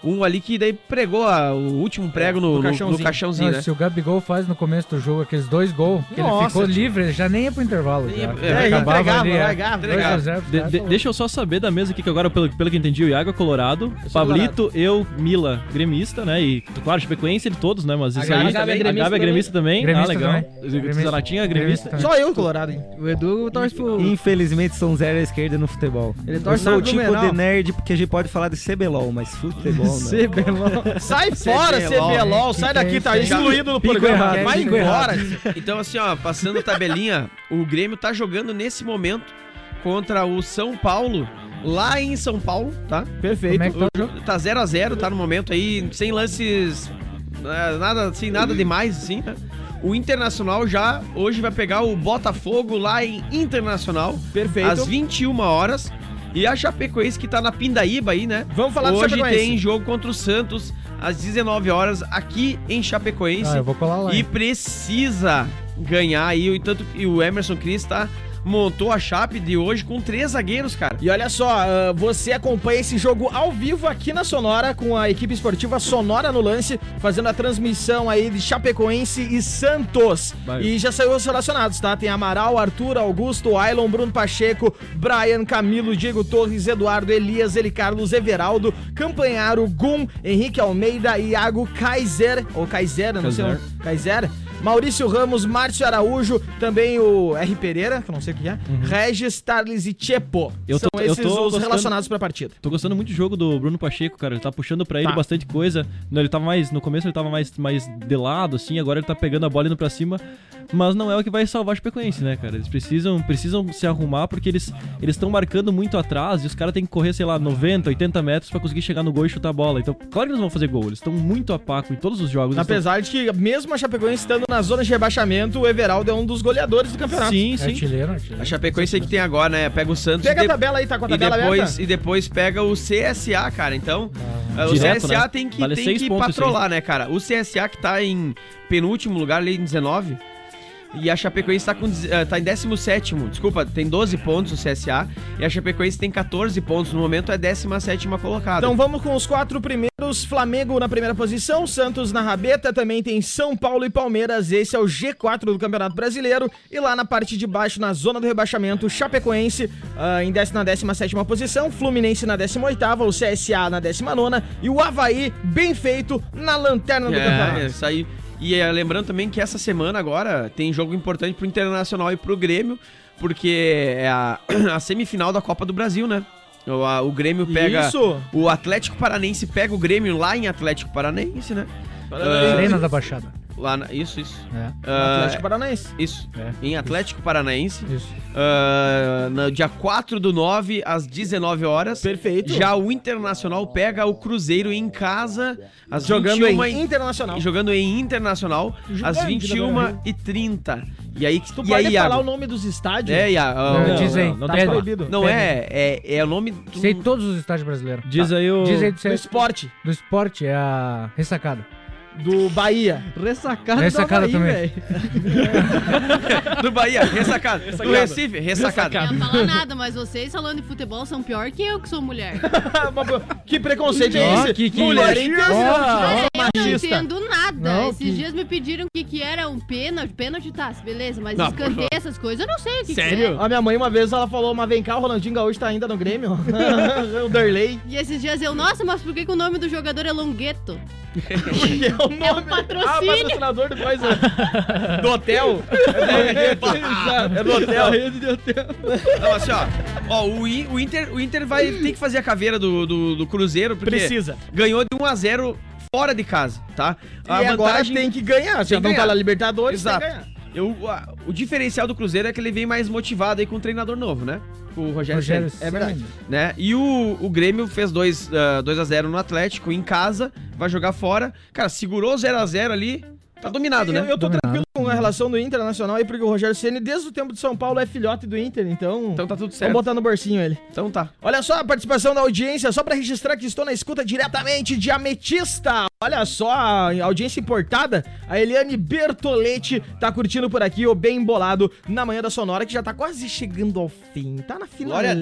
[SPEAKER 4] um ali que daí pregou a- o último prego no,
[SPEAKER 3] No
[SPEAKER 4] no- no caixãozinho,
[SPEAKER 3] caixãozinho.
[SPEAKER 11] Não,
[SPEAKER 4] né?
[SPEAKER 11] Se o Gabigol faz no começo do jogo aqueles dois gols, que ele
[SPEAKER 3] Nossa,
[SPEAKER 11] ficou
[SPEAKER 3] tio.
[SPEAKER 11] livre, ele já nem ia pro intervalo.
[SPEAKER 4] Nem
[SPEAKER 11] já.
[SPEAKER 4] ia-
[SPEAKER 11] Já
[SPEAKER 4] é,
[SPEAKER 11] acabava
[SPEAKER 3] entregava,
[SPEAKER 11] ali, é.
[SPEAKER 3] largava,
[SPEAKER 11] 2 a
[SPEAKER 4] entregava.
[SPEAKER 11] 0 pro
[SPEAKER 9] De-
[SPEAKER 11] cara,
[SPEAKER 9] de-
[SPEAKER 11] tá
[SPEAKER 9] deixa eu só saber da mesa aqui, que agora, pelo, pelo que eu entendi, o Iago é colorado, Pablito, eu, Mila, gremista, né? E, claro, Chapecoense, ele todos, né? Mas isso
[SPEAKER 3] Gabi é
[SPEAKER 9] aí,
[SPEAKER 3] gremista
[SPEAKER 9] a Gabi é gremista também.
[SPEAKER 11] Gremista
[SPEAKER 9] ah, legal.
[SPEAKER 11] também. Gremista.
[SPEAKER 9] Gremista. Zanatinha é gremista.
[SPEAKER 11] gremista.
[SPEAKER 3] Só eu, Colorado. hein?
[SPEAKER 7] O Edu torce pro...
[SPEAKER 5] Infelizmente são zero à esquerda no futebol.
[SPEAKER 7] Ele
[SPEAKER 5] Eu
[SPEAKER 7] torce
[SPEAKER 5] sou
[SPEAKER 7] pro
[SPEAKER 5] o tipo de
[SPEAKER 7] Blumenau.
[SPEAKER 5] nerd porque a gente pode falar de CBLOL, mas futebol né? não.
[SPEAKER 7] Cebelão.
[SPEAKER 3] Sai fora,
[SPEAKER 11] é
[SPEAKER 4] é
[SPEAKER 3] CBLOL. Sai daqui, tá
[SPEAKER 4] um
[SPEAKER 3] excluído no programa.
[SPEAKER 7] errado,
[SPEAKER 3] Vai
[SPEAKER 7] pico
[SPEAKER 3] embora.
[SPEAKER 4] Então, assim, ó, passando a tabelinha, o Grêmio tá jogando nesse momento contra o São Paulo, lá em São Paulo, tá?
[SPEAKER 11] Como é
[SPEAKER 3] Perfeito.
[SPEAKER 11] que tá o jogo?
[SPEAKER 4] Tá 0 a 0 tá no momento aí, sem lances. né, Nada, sem nada demais, assim, né? O Internacional já hoje vai pegar o Botafogo lá em Internacional, às
[SPEAKER 3] Perfeito.
[SPEAKER 4] 21 horas. E a Chapecoense que tá na Pindaíba aí, né?
[SPEAKER 3] Vamos falar do
[SPEAKER 4] hoje
[SPEAKER 3] Chapecoense.
[SPEAKER 4] tem jogo contra o Santos às 19 horas aqui em Chapecoense.
[SPEAKER 11] Ah, eu vou colar lá.
[SPEAKER 4] E
[SPEAKER 11] hein.
[SPEAKER 4] precisa ganhar aí. E, tanto, e o Emerson Cris tá, montou a Chape de hoje com três zagueiros, cara.
[SPEAKER 3] E olha só, ah, você acompanha esse jogo ao vivo aqui na Sonora com a equipe esportiva Sonora no Lance, fazendo a transmissão aí de Chapecoense e Santos.
[SPEAKER 9] Vai.
[SPEAKER 3] E já saiu os relacionados, tá? Tem Amaral, Arthur, Augusto, Ailon, Bruno Pacheco, Brian, Camilo, Diego Torres, Eduardo, Elias, Eli Carlos, Everaldo, Campanharo, Gum, Henrique Almeida, Iago Kaiser, ou Kaiser, eu não sei o
[SPEAKER 9] Kaiser.
[SPEAKER 3] nome. Kaiser. Maurício Ramos, Márcio Araújo, também o R. Pereira, que eu não sei o que é,
[SPEAKER 9] Uhum.
[SPEAKER 3] Regis, Tarles e Chepo.
[SPEAKER 9] Eu tô-
[SPEAKER 3] São
[SPEAKER 9] eu
[SPEAKER 3] esses
[SPEAKER 9] tô
[SPEAKER 3] os
[SPEAKER 9] gostando-
[SPEAKER 3] relacionados pra partida.
[SPEAKER 9] Tô gostando muito do jogo do Bruno Pacheco, cara. Ele tá puxando pra ele
[SPEAKER 3] Tá.
[SPEAKER 9] bastante coisa. Não, Ele tava mais. No começo ele tava mais, mais de lado, assim, agora ele tá pegando a bola indo pra cima. Mas não é o que vai salvar o Chapecoense, né, cara? Eles precisam, precisam se arrumar porque eles eles estão marcando muito atrás e os caras têm que correr, sei lá, 90, 80 metros pra conseguir chegar no gol e chutar a bola. Então, claro que eles vão fazer gol. Eles estão muito a paco em todos os jogos. eles tão-
[SPEAKER 3] Apesar de que, mesmo a Chapecoense estando na zona de rebaixamento, o Everaldo é um dos goleadores do campeonato.
[SPEAKER 9] Sim,
[SPEAKER 11] É
[SPEAKER 9] sim.
[SPEAKER 11] artilheiro, artilheiro.
[SPEAKER 4] A Chapecoense aí que tem agora, né? Pega o Santos
[SPEAKER 3] Pega
[SPEAKER 4] e,
[SPEAKER 3] a
[SPEAKER 4] de-
[SPEAKER 3] tabela aí, tá com a
[SPEAKER 4] e
[SPEAKER 3] tabela
[SPEAKER 4] depois,
[SPEAKER 3] aberta?
[SPEAKER 4] e depois pega o CSA, cara. Então, eh, o
[SPEAKER 9] Direto,
[SPEAKER 4] CSA
[SPEAKER 9] né?
[SPEAKER 4] tem que,
[SPEAKER 9] Vale
[SPEAKER 4] tem
[SPEAKER 9] seis
[SPEAKER 4] que
[SPEAKER 9] pontos isso aí.
[SPEAKER 4] patrolar, né, cara? O CSA que tá em penúltimo lugar ali em 19. E a Chapecoense tá, com, dez- eh, tá em 17º, desculpa, tem 12 pontos o CSA. E a Chapecoense tem 14 pontos, no momento é 17ª colocada.
[SPEAKER 3] Então vamos com os quatro primeiros. Flamengo na primeira posição, Santos na rabeta, também tem São Paulo e Palmeiras. Esse é o G4 do Campeonato Brasileiro. E lá na parte de baixo, na zona do rebaixamento, Chapecoense ah, em décima, na 17 posição, Fluminense na 18, o CSA na 19 e o Havaí, bem feito, na lanterna do
[SPEAKER 4] É,
[SPEAKER 3] campeonato.
[SPEAKER 4] isso aí. E eh, lembrando também que essa semana agora tem jogo importante pro Internacional e pro Grêmio, porque é a, a semifinal da Copa do Brasil, né? O, a- o Grêmio pega.
[SPEAKER 3] Isso.
[SPEAKER 4] O Atlético Paranense pega o Grêmio lá em Atlético Paranense, né?
[SPEAKER 11] Arena da Baixada.
[SPEAKER 4] Ah, lá na- isso, isso.
[SPEAKER 11] É,
[SPEAKER 4] Ah,
[SPEAKER 3] Atlético Paranaense.
[SPEAKER 4] isso.
[SPEAKER 11] É.
[SPEAKER 4] Em Atlético Paranaense.
[SPEAKER 11] isso.
[SPEAKER 4] ah, no dia 4 do 9, às 19 horas.
[SPEAKER 3] Perfeito.
[SPEAKER 4] Já o Internacional pega o Cruzeiro em casa, às
[SPEAKER 3] jogando
[SPEAKER 4] 21
[SPEAKER 3] em Internacional.
[SPEAKER 4] Jogando em Internacional às
[SPEAKER 3] Gigante, né,
[SPEAKER 4] 21h30. E aí, que-
[SPEAKER 3] Tu
[SPEAKER 4] e
[SPEAKER 3] pode
[SPEAKER 4] aí
[SPEAKER 3] falar o
[SPEAKER 4] Iago?
[SPEAKER 3] nome dos estádios?
[SPEAKER 4] É, Iago.
[SPEAKER 11] Não,
[SPEAKER 4] não,
[SPEAKER 11] diz aí.
[SPEAKER 9] não, não
[SPEAKER 11] tá
[SPEAKER 9] tem
[SPEAKER 11] bom.
[SPEAKER 3] proibido.
[SPEAKER 4] Não é, é, é o nome do...
[SPEAKER 11] Sei todos os estádios brasileiros.
[SPEAKER 9] Diz É aí o.
[SPEAKER 11] Diz aí do,
[SPEAKER 3] Do
[SPEAKER 11] CS
[SPEAKER 3] esporte,
[SPEAKER 11] do esporte, é a ressacada.
[SPEAKER 3] do Bahia.
[SPEAKER 7] Ressacada,
[SPEAKER 11] Ressacada
[SPEAKER 7] do Havaí,
[SPEAKER 11] também.
[SPEAKER 7] velho.
[SPEAKER 4] do Bahia, ressacado. do Recife, ressacado.
[SPEAKER 12] Não ia falar nada, mas vocês falando de futebol são pior que eu que sou mulher.
[SPEAKER 3] que preconceito é esse?
[SPEAKER 11] que- que-
[SPEAKER 3] Mulher em casa.
[SPEAKER 12] eu não
[SPEAKER 3] machista.
[SPEAKER 12] entendo nada.
[SPEAKER 11] Não,
[SPEAKER 12] Esses
[SPEAKER 11] que-
[SPEAKER 12] dias me pediram o que, que era um pênalti. Pênalti tá, beleza, mas
[SPEAKER 4] Não,
[SPEAKER 12] escanteio, essas coisas, eu não sei o que, é.
[SPEAKER 4] Sério?
[SPEAKER 12] que
[SPEAKER 3] A minha mãe uma vez ela falou, mas vem cá, o Ronaldinho Gaúcho tá ainda no Grêmio. o Derlei.
[SPEAKER 12] é. E esses dias eu, nossa, mas por que, que o nome do jogador é Longueto?
[SPEAKER 3] Que é o nome.
[SPEAKER 12] É o
[SPEAKER 3] Ah,
[SPEAKER 12] patrocínio.
[SPEAKER 3] patrocinador do é coisa.
[SPEAKER 9] Ah.
[SPEAKER 3] Do hotel? né? É do hotel.
[SPEAKER 4] Não, assim, ó. Ó, o, I- o Inter, o Inter vai ter que fazer a caveira do, do, do Cruzeiro, porque
[SPEAKER 3] Precisa.
[SPEAKER 4] ganhou de 1x0 fora de casa, tá?
[SPEAKER 3] e agora tem que ganhar. Se
[SPEAKER 4] Tem que
[SPEAKER 3] não tá
[SPEAKER 4] ganhar.
[SPEAKER 3] na Libertadores,
[SPEAKER 4] Exato.
[SPEAKER 3] tem que ganhar.
[SPEAKER 4] Eu, a- o diferencial do Cruzeiro é que ele vem mais motivado aí com o treinador novo, né? Com o Rogério,
[SPEAKER 11] Rogério
[SPEAKER 4] Ceni, É
[SPEAKER 11] Ceni.
[SPEAKER 4] verdade. Né? E o, o Grêmio fez 2 a 0 no Atlético, em casa, vai jogar fora. Cara, segurou 0 a 0 ali, tá dominado,
[SPEAKER 3] Eu,
[SPEAKER 4] né?
[SPEAKER 3] eu tô tranquilo com a relação do Internacional aí, porque o Rogério Ceni desde o tempo de São Paulo é filhote do Inter, então...
[SPEAKER 4] Então tá tudo
[SPEAKER 3] Vamos
[SPEAKER 4] certo.
[SPEAKER 3] botar no bolsinho ele.
[SPEAKER 4] Então tá.
[SPEAKER 3] Olha só a participação da audiência, só pra registrar que estou na escuta diretamente de Ametista. Olha só a audiência importada, a Eliane Bertoletti tá curtindo por aqui o Bem Bolado na manhã da Sonora, que já tá quase chegando ao fim. Tá na finaleira.
[SPEAKER 4] Glória a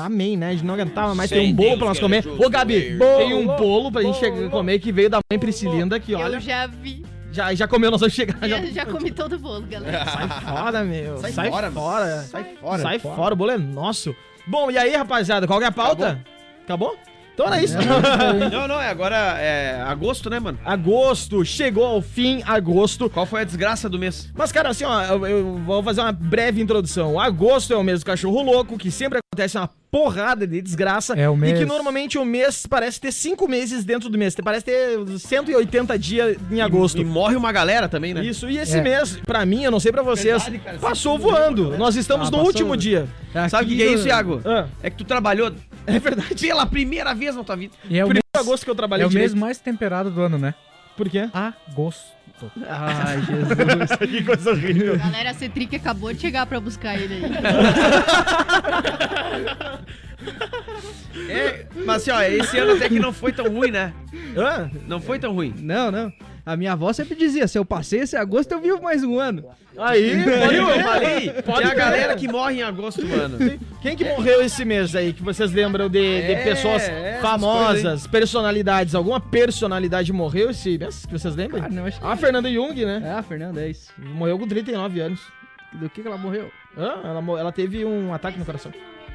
[SPEAKER 4] Deus.
[SPEAKER 3] Amém, né? A gente não aguentava mais. Tem um bolo pra nós comer. Ô, Gabi, tem um bolo pra gente chegar- comer que veio da mãe Priscilinda, que
[SPEAKER 12] Eu
[SPEAKER 3] olha,
[SPEAKER 12] já vi.
[SPEAKER 3] já, já comeu, nós vamos chegar. Já...
[SPEAKER 12] Já, já comi todo o bolo, galera.
[SPEAKER 3] Sai fora, meu. Sai, fora,
[SPEAKER 4] Sai
[SPEAKER 3] Fora,
[SPEAKER 4] fora.
[SPEAKER 3] Sai fora. o bolo é nosso. Bom, e aí, rapaziada, qual que é a pauta? Acabou? Então era isso.
[SPEAKER 4] Não, não, é agora é agosto, né, mano?
[SPEAKER 3] agosto, chegou ao fim, agosto.
[SPEAKER 4] Qual foi a desgraça do mês?
[SPEAKER 3] Mas, cara, assim, ó, eu, eu vou fazer uma breve introdução. Agosto é o mês do cachorro louco, que sempre acontece uma porrada de desgraça.
[SPEAKER 11] É o
[SPEAKER 3] E
[SPEAKER 11] mês.
[SPEAKER 3] que normalmente o mês parece ter cinco meses dentro do mês. Parece ter 180 dias em agosto.
[SPEAKER 4] E morre uma galera também, né?
[SPEAKER 3] Isso, e esse
[SPEAKER 11] É.
[SPEAKER 3] mês, pra mim, eu não sei pra vocês, passou voando. Nós estamos
[SPEAKER 7] Ah,
[SPEAKER 3] no
[SPEAKER 7] passou-
[SPEAKER 3] último dia.
[SPEAKER 4] Sabe o que, que é isso, Iago?
[SPEAKER 3] Ah,
[SPEAKER 4] É que tu trabalhou
[SPEAKER 3] é verdade.
[SPEAKER 4] pela primeira vez na tua vida.
[SPEAKER 11] E é o,
[SPEAKER 3] Primeiro
[SPEAKER 11] mês,
[SPEAKER 3] de agosto que eu trabalhei
[SPEAKER 11] é o mês
[SPEAKER 3] direito.
[SPEAKER 11] mais temperado do ano, né?
[SPEAKER 3] Por quê?
[SPEAKER 11] Agosto.
[SPEAKER 7] Ai, Jesus.
[SPEAKER 12] Galera, a Cetric acabou de chegar pra buscar ele aí.
[SPEAKER 4] É, mas assim, ó, esse ano até que não foi tão ruim, né?
[SPEAKER 3] Hã?
[SPEAKER 4] Não foi tão ruim.
[SPEAKER 7] Não, não. A minha avó sempre dizia, se eu passei esse agosto, eu vivo mais um ano.
[SPEAKER 3] Aí,
[SPEAKER 4] Viu?
[SPEAKER 3] valeu.
[SPEAKER 4] Eu falei. Tem a galera que morre em agosto, mano.
[SPEAKER 3] Quem que morreu esse mês aí, que vocês lembram de, de
[SPEAKER 4] É,
[SPEAKER 3] pessoas
[SPEAKER 4] essas
[SPEAKER 3] famosas, personalidades? Alguma personalidade morreu esse mês que vocês lembram?
[SPEAKER 7] Ah, não, acho que...
[SPEAKER 3] a Fernanda Jung, né?
[SPEAKER 7] É, a Fernanda, é isso.
[SPEAKER 3] Morreu com 39 anos.
[SPEAKER 7] Do que que ela morreu?
[SPEAKER 3] Hã? Ela, mo- ela teve um ataque no coração.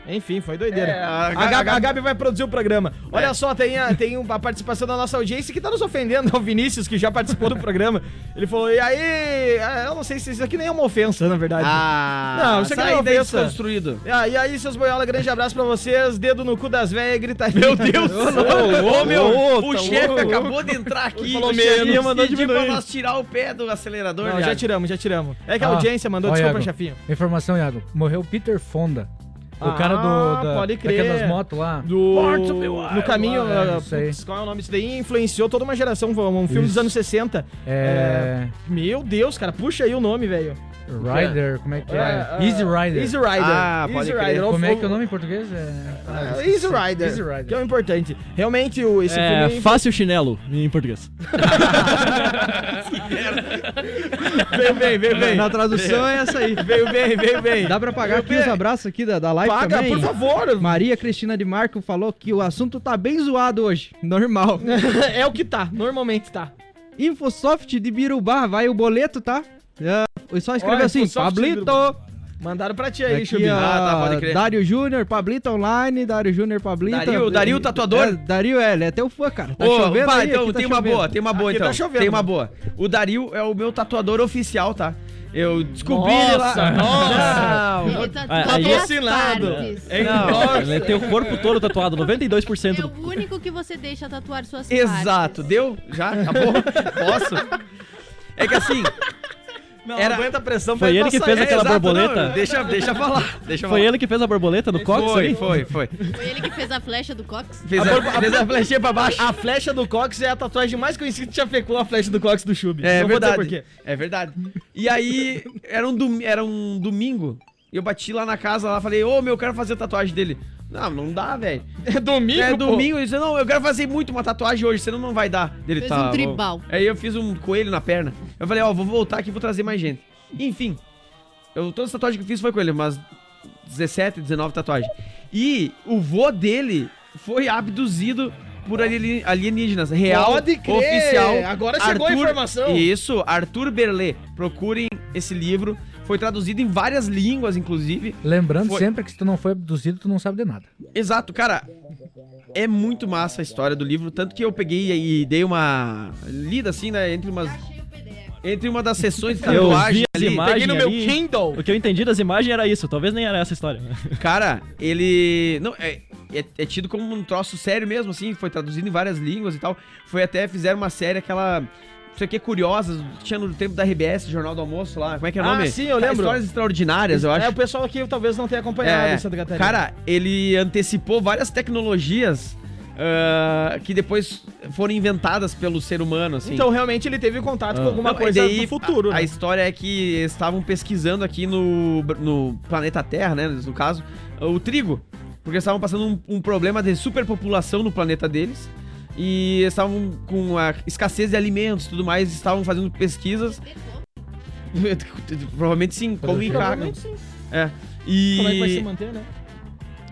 [SPEAKER 3] Enfim, foi doideira.
[SPEAKER 10] É,
[SPEAKER 3] a,
[SPEAKER 10] a
[SPEAKER 3] Gabi,
[SPEAKER 10] Gabi-
[SPEAKER 3] a Gabi vai produzir o programa.
[SPEAKER 7] É.
[SPEAKER 3] Olha só, tem, a, tem um- a participação da nossa audiência que tá nos ofendendo, ao Vinícius, que já participou do programa. Ele falou, e aí... ah, Eu não sei se isso aqui nem é uma ofensa, na verdade.
[SPEAKER 4] Ah,
[SPEAKER 3] Não, isso aqui
[SPEAKER 4] sai
[SPEAKER 3] não é
[SPEAKER 4] daí
[SPEAKER 3] ofensa.
[SPEAKER 4] desconstruído.
[SPEAKER 3] Ah, e aí, seus boiola, grande abraço pra vocês. Dedo no cu das velhas e gritaria. Meu Deus!
[SPEAKER 4] Ô, meu,
[SPEAKER 3] ô,
[SPEAKER 4] o
[SPEAKER 3] tá
[SPEAKER 4] chefe
[SPEAKER 3] louco.
[SPEAKER 4] acabou de entrar aqui
[SPEAKER 3] Falou
[SPEAKER 4] o
[SPEAKER 3] menos.
[SPEAKER 4] chefe
[SPEAKER 3] Mandou
[SPEAKER 4] pediu pra
[SPEAKER 3] diminuir.
[SPEAKER 4] nós tirar o pé do acelerador, né?
[SPEAKER 3] Não,
[SPEAKER 4] Iago.
[SPEAKER 3] já tiramos, já tiramos. É que a
[SPEAKER 11] Ah,
[SPEAKER 3] audiência mandou,
[SPEAKER 11] ó,
[SPEAKER 3] desculpa,
[SPEAKER 11] Iago.
[SPEAKER 3] chefinho.
[SPEAKER 11] Informação, Iago. Morreu Peter Fonda. O
[SPEAKER 3] Ah,
[SPEAKER 11] cara do. Da,
[SPEAKER 3] pode crer.
[SPEAKER 11] Daquelas motos lá.
[SPEAKER 3] Do... no
[SPEAKER 11] Wild,
[SPEAKER 3] caminho,
[SPEAKER 11] lá, é,
[SPEAKER 3] ah,
[SPEAKER 11] isso aí.
[SPEAKER 3] putz, qual é o nome disso daí? Influenciou toda uma geração, foi um filme dos
[SPEAKER 11] Isso.
[SPEAKER 3] anos 60.
[SPEAKER 11] É.
[SPEAKER 3] Meu Deus, cara, puxa aí o nome, velho.
[SPEAKER 11] Rider, como é que é?
[SPEAKER 3] É, é,
[SPEAKER 11] Easy Rider.
[SPEAKER 3] Easy Rider.
[SPEAKER 4] Ah, pode
[SPEAKER 3] Easy
[SPEAKER 4] crer.
[SPEAKER 3] Rider.
[SPEAKER 11] Como é
[SPEAKER 3] Ou-
[SPEAKER 11] que é o nome em português? É...
[SPEAKER 3] Ah, Easy Rider.
[SPEAKER 11] Easy Rider.
[SPEAKER 3] Que é o importante. Realmente, o, esse
[SPEAKER 9] É,
[SPEAKER 3] filme
[SPEAKER 9] fácil chinelo, em português.
[SPEAKER 3] veio bem, veio bem.
[SPEAKER 7] Na tradução é essa aí.
[SPEAKER 3] Veio bem, veio bem.
[SPEAKER 7] Dá pra pagar aqui os abraços aqui da, da live
[SPEAKER 3] Paga,
[SPEAKER 7] também?
[SPEAKER 3] por favor.
[SPEAKER 7] Maria Cristina de Marco falou que o assunto tá bem zoado hoje. Normal.
[SPEAKER 3] é o que tá, normalmente tá.
[SPEAKER 7] Infosoft de Birubá, vai o boleto, tá? É, só escreveu
[SPEAKER 3] Ó,
[SPEAKER 7] assim,
[SPEAKER 3] Infosoft de
[SPEAKER 7] Pablito.
[SPEAKER 3] Mandaram pra ti aí,
[SPEAKER 7] Aqui,
[SPEAKER 3] Chubinho.
[SPEAKER 4] Ah, tá,
[SPEAKER 7] ah,
[SPEAKER 4] pode crer.
[SPEAKER 7] Dário Júnior, Pablito Online, Dário Júnior, Pablito.
[SPEAKER 4] Dario- Dario tatuador?
[SPEAKER 7] É, Dario, é, ele é teu fã, cara. Tá
[SPEAKER 4] Ô,
[SPEAKER 7] chovendo
[SPEAKER 4] pá,
[SPEAKER 7] aí,
[SPEAKER 4] então,
[SPEAKER 7] aqui tá
[SPEAKER 4] tem uma
[SPEAKER 7] chovendo.
[SPEAKER 4] boa, tem uma boa
[SPEAKER 3] Aqui tá
[SPEAKER 4] então.
[SPEAKER 3] chovendo.
[SPEAKER 4] tem uma boa. O Dario é o meu tatuador oficial, tá? Eu descobri
[SPEAKER 3] Nossa,
[SPEAKER 4] ele lá.
[SPEAKER 3] nossa.
[SPEAKER 4] Não,
[SPEAKER 12] Ele tá
[SPEAKER 9] Ah,
[SPEAKER 12] todas
[SPEAKER 9] aí-
[SPEAKER 12] as
[SPEAKER 3] Patrocinado.
[SPEAKER 12] partes.
[SPEAKER 4] Não.
[SPEAKER 9] Ele tem o corpo todo tatuado, 92%.
[SPEAKER 12] É o único que você deixa tatuar suas
[SPEAKER 4] Exato,
[SPEAKER 12] partes.
[SPEAKER 4] deu? Já? Acabou? Posso? É que assim.
[SPEAKER 3] Não,
[SPEAKER 4] Era-
[SPEAKER 3] aguenta a pressão.
[SPEAKER 9] Foi
[SPEAKER 3] vai
[SPEAKER 9] ele que
[SPEAKER 3] passar
[SPEAKER 9] fez
[SPEAKER 3] aí.
[SPEAKER 9] aquela
[SPEAKER 3] Exato,
[SPEAKER 9] borboleta?
[SPEAKER 3] não,
[SPEAKER 4] Deixa, deixa falar. Deixa
[SPEAKER 9] Foi
[SPEAKER 4] falar.
[SPEAKER 9] ele que fez a borboleta no Cox
[SPEAKER 4] Foi,
[SPEAKER 9] ali?
[SPEAKER 4] foi, foi.
[SPEAKER 12] Foi ele que fez a flecha do Cox?
[SPEAKER 4] Fez a, fez a flechinha pra baixo.
[SPEAKER 3] A flecha do Cox é a tatuagem mais conhecida que já fecou a flecha do Cox do Chub.
[SPEAKER 4] É
[SPEAKER 3] Não vou dizer
[SPEAKER 4] verdade.
[SPEAKER 3] por quê.
[SPEAKER 4] É verdade. E aí, era um, dom- era um domingo. Eu bati lá na casa, lá falei, ô meu, eu quero fazer a tatuagem dele. Não, não dá, velho.
[SPEAKER 3] É domingo,
[SPEAKER 4] É
[SPEAKER 3] pô.
[SPEAKER 4] domingo, ele disse, não, eu quero fazer muito uma tatuagem hoje, senão não vai dar. Dele,
[SPEAKER 12] Fez
[SPEAKER 4] tá,
[SPEAKER 12] um
[SPEAKER 4] bom.
[SPEAKER 12] tribal.
[SPEAKER 4] Aí eu fiz um coelho na perna. Eu falei, ó, vou voltar aqui e vou trazer mais gente. Enfim, eu, todas as tatuagens que eu fiz foi com ele, mas 17, 19 tatuagens. E o vô dele foi abduzido por ali- alienígenas. Real,
[SPEAKER 3] Pode crer.
[SPEAKER 4] oficial.
[SPEAKER 3] Agora chegou a informação.
[SPEAKER 4] Isso, Arthur Berlet. Procurem esse livro. Foi traduzido em várias línguas, inclusive.
[SPEAKER 11] Lembrando
[SPEAKER 4] Foi.
[SPEAKER 11] sempre que se tu não foi abduzido, tu não sabe de nada.
[SPEAKER 4] Exato, cara. É muito massa a história do livro, tanto que eu peguei e dei uma lida assim, né, entre umas
[SPEAKER 12] Achei o PDF.
[SPEAKER 4] entre uma das sessões de
[SPEAKER 9] Eu
[SPEAKER 4] tatuagem
[SPEAKER 9] vi as
[SPEAKER 4] ali.
[SPEAKER 9] imagens
[SPEAKER 3] Peguei no meu
[SPEAKER 9] ali.
[SPEAKER 3] Kindle.
[SPEAKER 9] O que eu entendi das imagens era isso, talvez nem era essa a história.
[SPEAKER 4] Cara, ele não é, é, é tido como um troço sério mesmo assim, foi traduzido em várias línguas e tal. Foi até fizeram uma série aquela não sei o que curiosas, tinha no tempo da RBS, Jornal do Almoço lá, como é que é o
[SPEAKER 3] Ah,
[SPEAKER 4] nome?
[SPEAKER 3] sim, eu lembro.
[SPEAKER 4] Histórias extraordinárias, eu acho.
[SPEAKER 3] É, o pessoal aqui talvez tá não tenha acompanhado
[SPEAKER 4] É,
[SPEAKER 3] Santa Catarina.
[SPEAKER 4] cara, ele antecipou várias tecnologias ah, que depois foram inventadas pelo ser humano, assim.
[SPEAKER 3] então realmente ele teve
[SPEAKER 9] Ah.
[SPEAKER 3] contato com alguma
[SPEAKER 4] Não,
[SPEAKER 3] coisa
[SPEAKER 4] e daí,
[SPEAKER 3] do futuro.
[SPEAKER 4] A, a
[SPEAKER 3] né?
[SPEAKER 4] história é que eles estavam pesquisando aqui no, no planeta Terra, né? No caso, o trigo. Porque eles estavam passando um, um problema de superpopulação no planeta deles. E eles estavam com a escassez de alimentos e tudo mais, estavam fazendo pesquisas. Provavelmente sim, como em Chicago.
[SPEAKER 3] Provavelmente sim.
[SPEAKER 4] É. E...
[SPEAKER 3] Como é que vai se manter, né?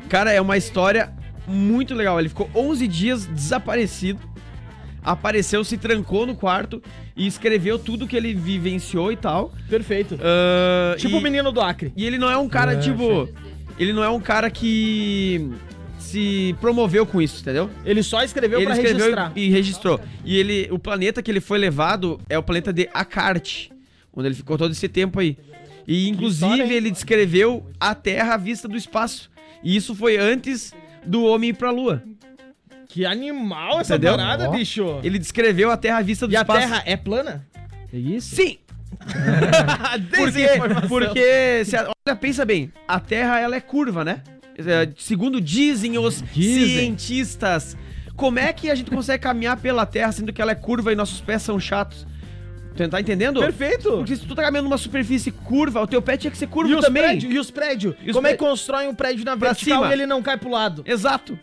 [SPEAKER 4] Cara, é uma história muito legal. Ele ficou 11 dias desaparecido. Apareceu, se trancou no quarto e escreveu tudo que ele vivenciou e tal.
[SPEAKER 3] Perfeito.
[SPEAKER 4] Ah,
[SPEAKER 3] tipo
[SPEAKER 4] e,
[SPEAKER 3] o menino do Acre.
[SPEAKER 4] e ele não é um cara,
[SPEAKER 11] É,
[SPEAKER 4] tipo. Ele não é um cara que se promoveu com isso, entendeu?
[SPEAKER 3] Ele só escreveu
[SPEAKER 4] ele
[SPEAKER 3] pra
[SPEAKER 4] escreveu
[SPEAKER 3] registrar.
[SPEAKER 4] E, e registrou. E ele, o planeta que ele foi levado é o planeta de Akart, onde ele ficou todo esse tempo aí. E inclusive
[SPEAKER 3] história, hein?
[SPEAKER 4] ele descreveu a Terra à vista do espaço. E isso foi antes do homem ir pra Lua.
[SPEAKER 3] Que animal essa
[SPEAKER 4] Entendeu?
[SPEAKER 3] parada,
[SPEAKER 11] Ó.
[SPEAKER 3] bicho.
[SPEAKER 4] Ele descreveu a Terra à vista do
[SPEAKER 3] E a
[SPEAKER 4] espaço.
[SPEAKER 3] Terra é plana?
[SPEAKER 7] Isso.
[SPEAKER 4] Sim. Por quê?
[SPEAKER 3] Desinformação.
[SPEAKER 4] Porque se a- olha, pensa bem, a Terra ela é curva, né? É, Segundo dizem os cientistas, como é que a gente consegue caminhar pela Terra sendo que ela é curva e nossos pés são chatos? Tu tá entendendo?
[SPEAKER 3] Perfeito.
[SPEAKER 4] Porque se tu tá caminhando numa superfície curva, o teu pé tinha que ser curvo
[SPEAKER 3] E os,
[SPEAKER 4] também.
[SPEAKER 3] prédios, e os prédios?
[SPEAKER 4] E os
[SPEAKER 3] Como é
[SPEAKER 4] pré-
[SPEAKER 3] que constrói um prédio na
[SPEAKER 4] Pra
[SPEAKER 3] vertical
[SPEAKER 4] cima.
[SPEAKER 3] e ele não cai pro lado?
[SPEAKER 4] Exato.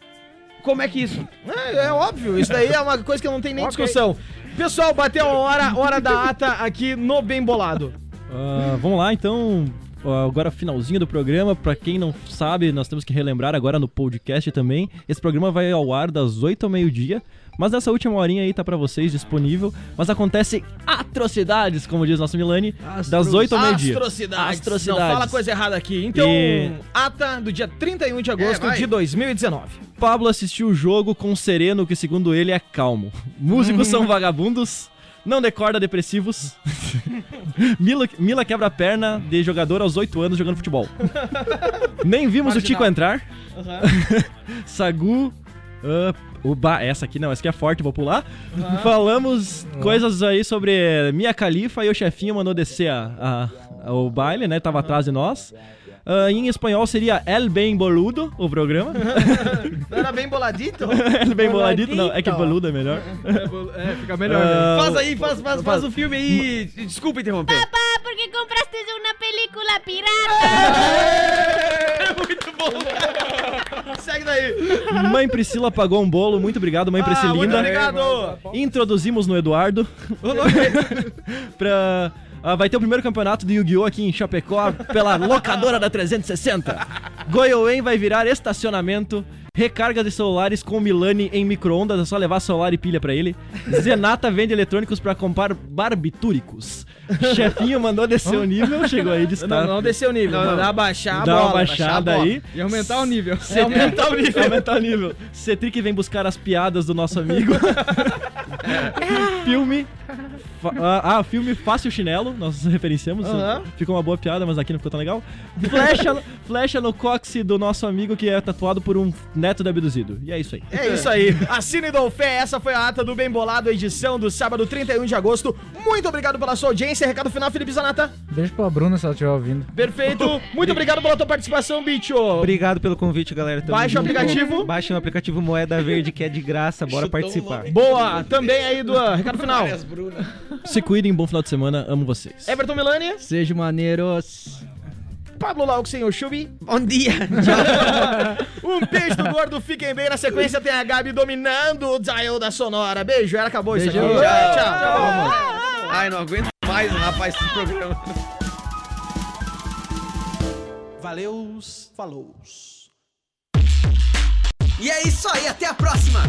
[SPEAKER 4] Como é que isso?
[SPEAKER 3] É, é óbvio, isso daí é uma coisa que não tem nem discussão. Pessoal, bateu a hora, hora da ata aqui no Bem Bolado.
[SPEAKER 9] Ah, vamos lá, então. ah, Agora, finalzinho do programa. Pra quem não sabe, nós temos que relembrar agora no podcast também. Esse programa vai ao ar das 8 ao meio-dia. Mas nessa última horinha aí tá pra vocês disponível. Mas acontecem atrocidades, como diz nosso Milani, das 8 ao meio-dia.
[SPEAKER 3] Astrocidades.
[SPEAKER 9] Astrocidades.
[SPEAKER 3] Não, fala coisa errada aqui. Então,
[SPEAKER 9] E-
[SPEAKER 3] ata do dia 31 de agosto
[SPEAKER 4] É, vai.
[SPEAKER 3] de 2019.
[SPEAKER 9] Pablo assistiu o jogo com um sereno que, segundo ele, é calmo. Músicos são vagabundos, não decorda depressivos. Mila, Mila quebra a perna de jogador aos 8 anos jogando futebol. Nem vimos o Tico entrar. Sagu. ah, Oba, essa aqui não, essa aqui é forte, vou pular. Falamos coisas aí sobre Mia Khalifa e o chefinho mandou descer a- a- o baile, né? Tava atrás de nós. Ah, em espanhol seria El Bem Boludo, o programa.
[SPEAKER 3] Era bem boladito?
[SPEAKER 9] Ele bem boladito, não. É que boludo é melhor.
[SPEAKER 7] É, fica melhor.
[SPEAKER 3] Tá
[SPEAKER 9] Ah,
[SPEAKER 4] Faz aí, faz, faz, faz o filme aí. Desculpa interromper.
[SPEAKER 13] Papá, ¿por qué compraste una película pirata?
[SPEAKER 3] Segue daí. É,
[SPEAKER 9] Mãe Priscila pagou um bolo. Muito obrigado, mãe Priscilinda.
[SPEAKER 3] Ah, muito obrigado.
[SPEAKER 9] Introduzimos no Eduardo. pra. ah, vai ter o primeiro campeonato de Yu-Gi-Oh! aqui em Chapecó pela locadora da 360. Goiôen vai virar estacionamento, recarga de celulares com Milani em micro-ondas, é só levar celular e pilha pra ele. Zenata vende eletrônicos pra comprar barbitúricos. Chefinho mandou descer o nível, chegou aí de estar.
[SPEAKER 3] Não, não desceu o nível. Dá uma baixada.
[SPEAKER 9] Dá uma baixada aí.
[SPEAKER 7] E aumentar o nível.
[SPEAKER 9] É aumentar o nível. aumentar o nível. Cetric vem buscar as piadas do nosso amigo. filme. fa- ah, ah, filme Fácil Chinelo, nós referenciamos. Ficou uma boa piada, mas aqui não ficou tão legal. Flecha, no- flecha no cóccix do nosso amigo que é tatuado por um neto do abduzido. E é isso aí.
[SPEAKER 3] É isso aí. Assine e dou fé. Essa foi a ata do Bem Bolado, edição do sábado 31 de agosto. Muito obrigado pela sua audiência. Recado final, Felipe Zanata.
[SPEAKER 11] Beijo pra Bruna se ela estiver ouvindo.
[SPEAKER 3] Perfeito. Muito obrigado pela tua participação, bicho.
[SPEAKER 5] Obrigado pelo convite, galera. Tamo
[SPEAKER 3] Baixa o
[SPEAKER 5] junto.
[SPEAKER 3] aplicativo.
[SPEAKER 5] Baixem o aplicativo Moeda Verde, que é de graça. Bora participar.
[SPEAKER 3] Boa. Também aí, Duan. Recado final.
[SPEAKER 9] Se cuidem, bom final de semana, amo vocês.
[SPEAKER 3] Everton Milani.
[SPEAKER 7] Sejam maneiros.
[SPEAKER 3] Pablo Lau, sem o Chubi.
[SPEAKER 4] Bom dia.
[SPEAKER 3] Um beijo do gordo, fiquem bem. Na sequência tem a Gabi dominando o Zael da Sonora. Beijo, era acabou isso aqui.
[SPEAKER 7] Beijo.
[SPEAKER 3] Tchau, tchau.
[SPEAKER 4] Ai, não aguento mais, rapaz, esse programa.
[SPEAKER 14] Valeus, falou. E é isso aí, até a próxima!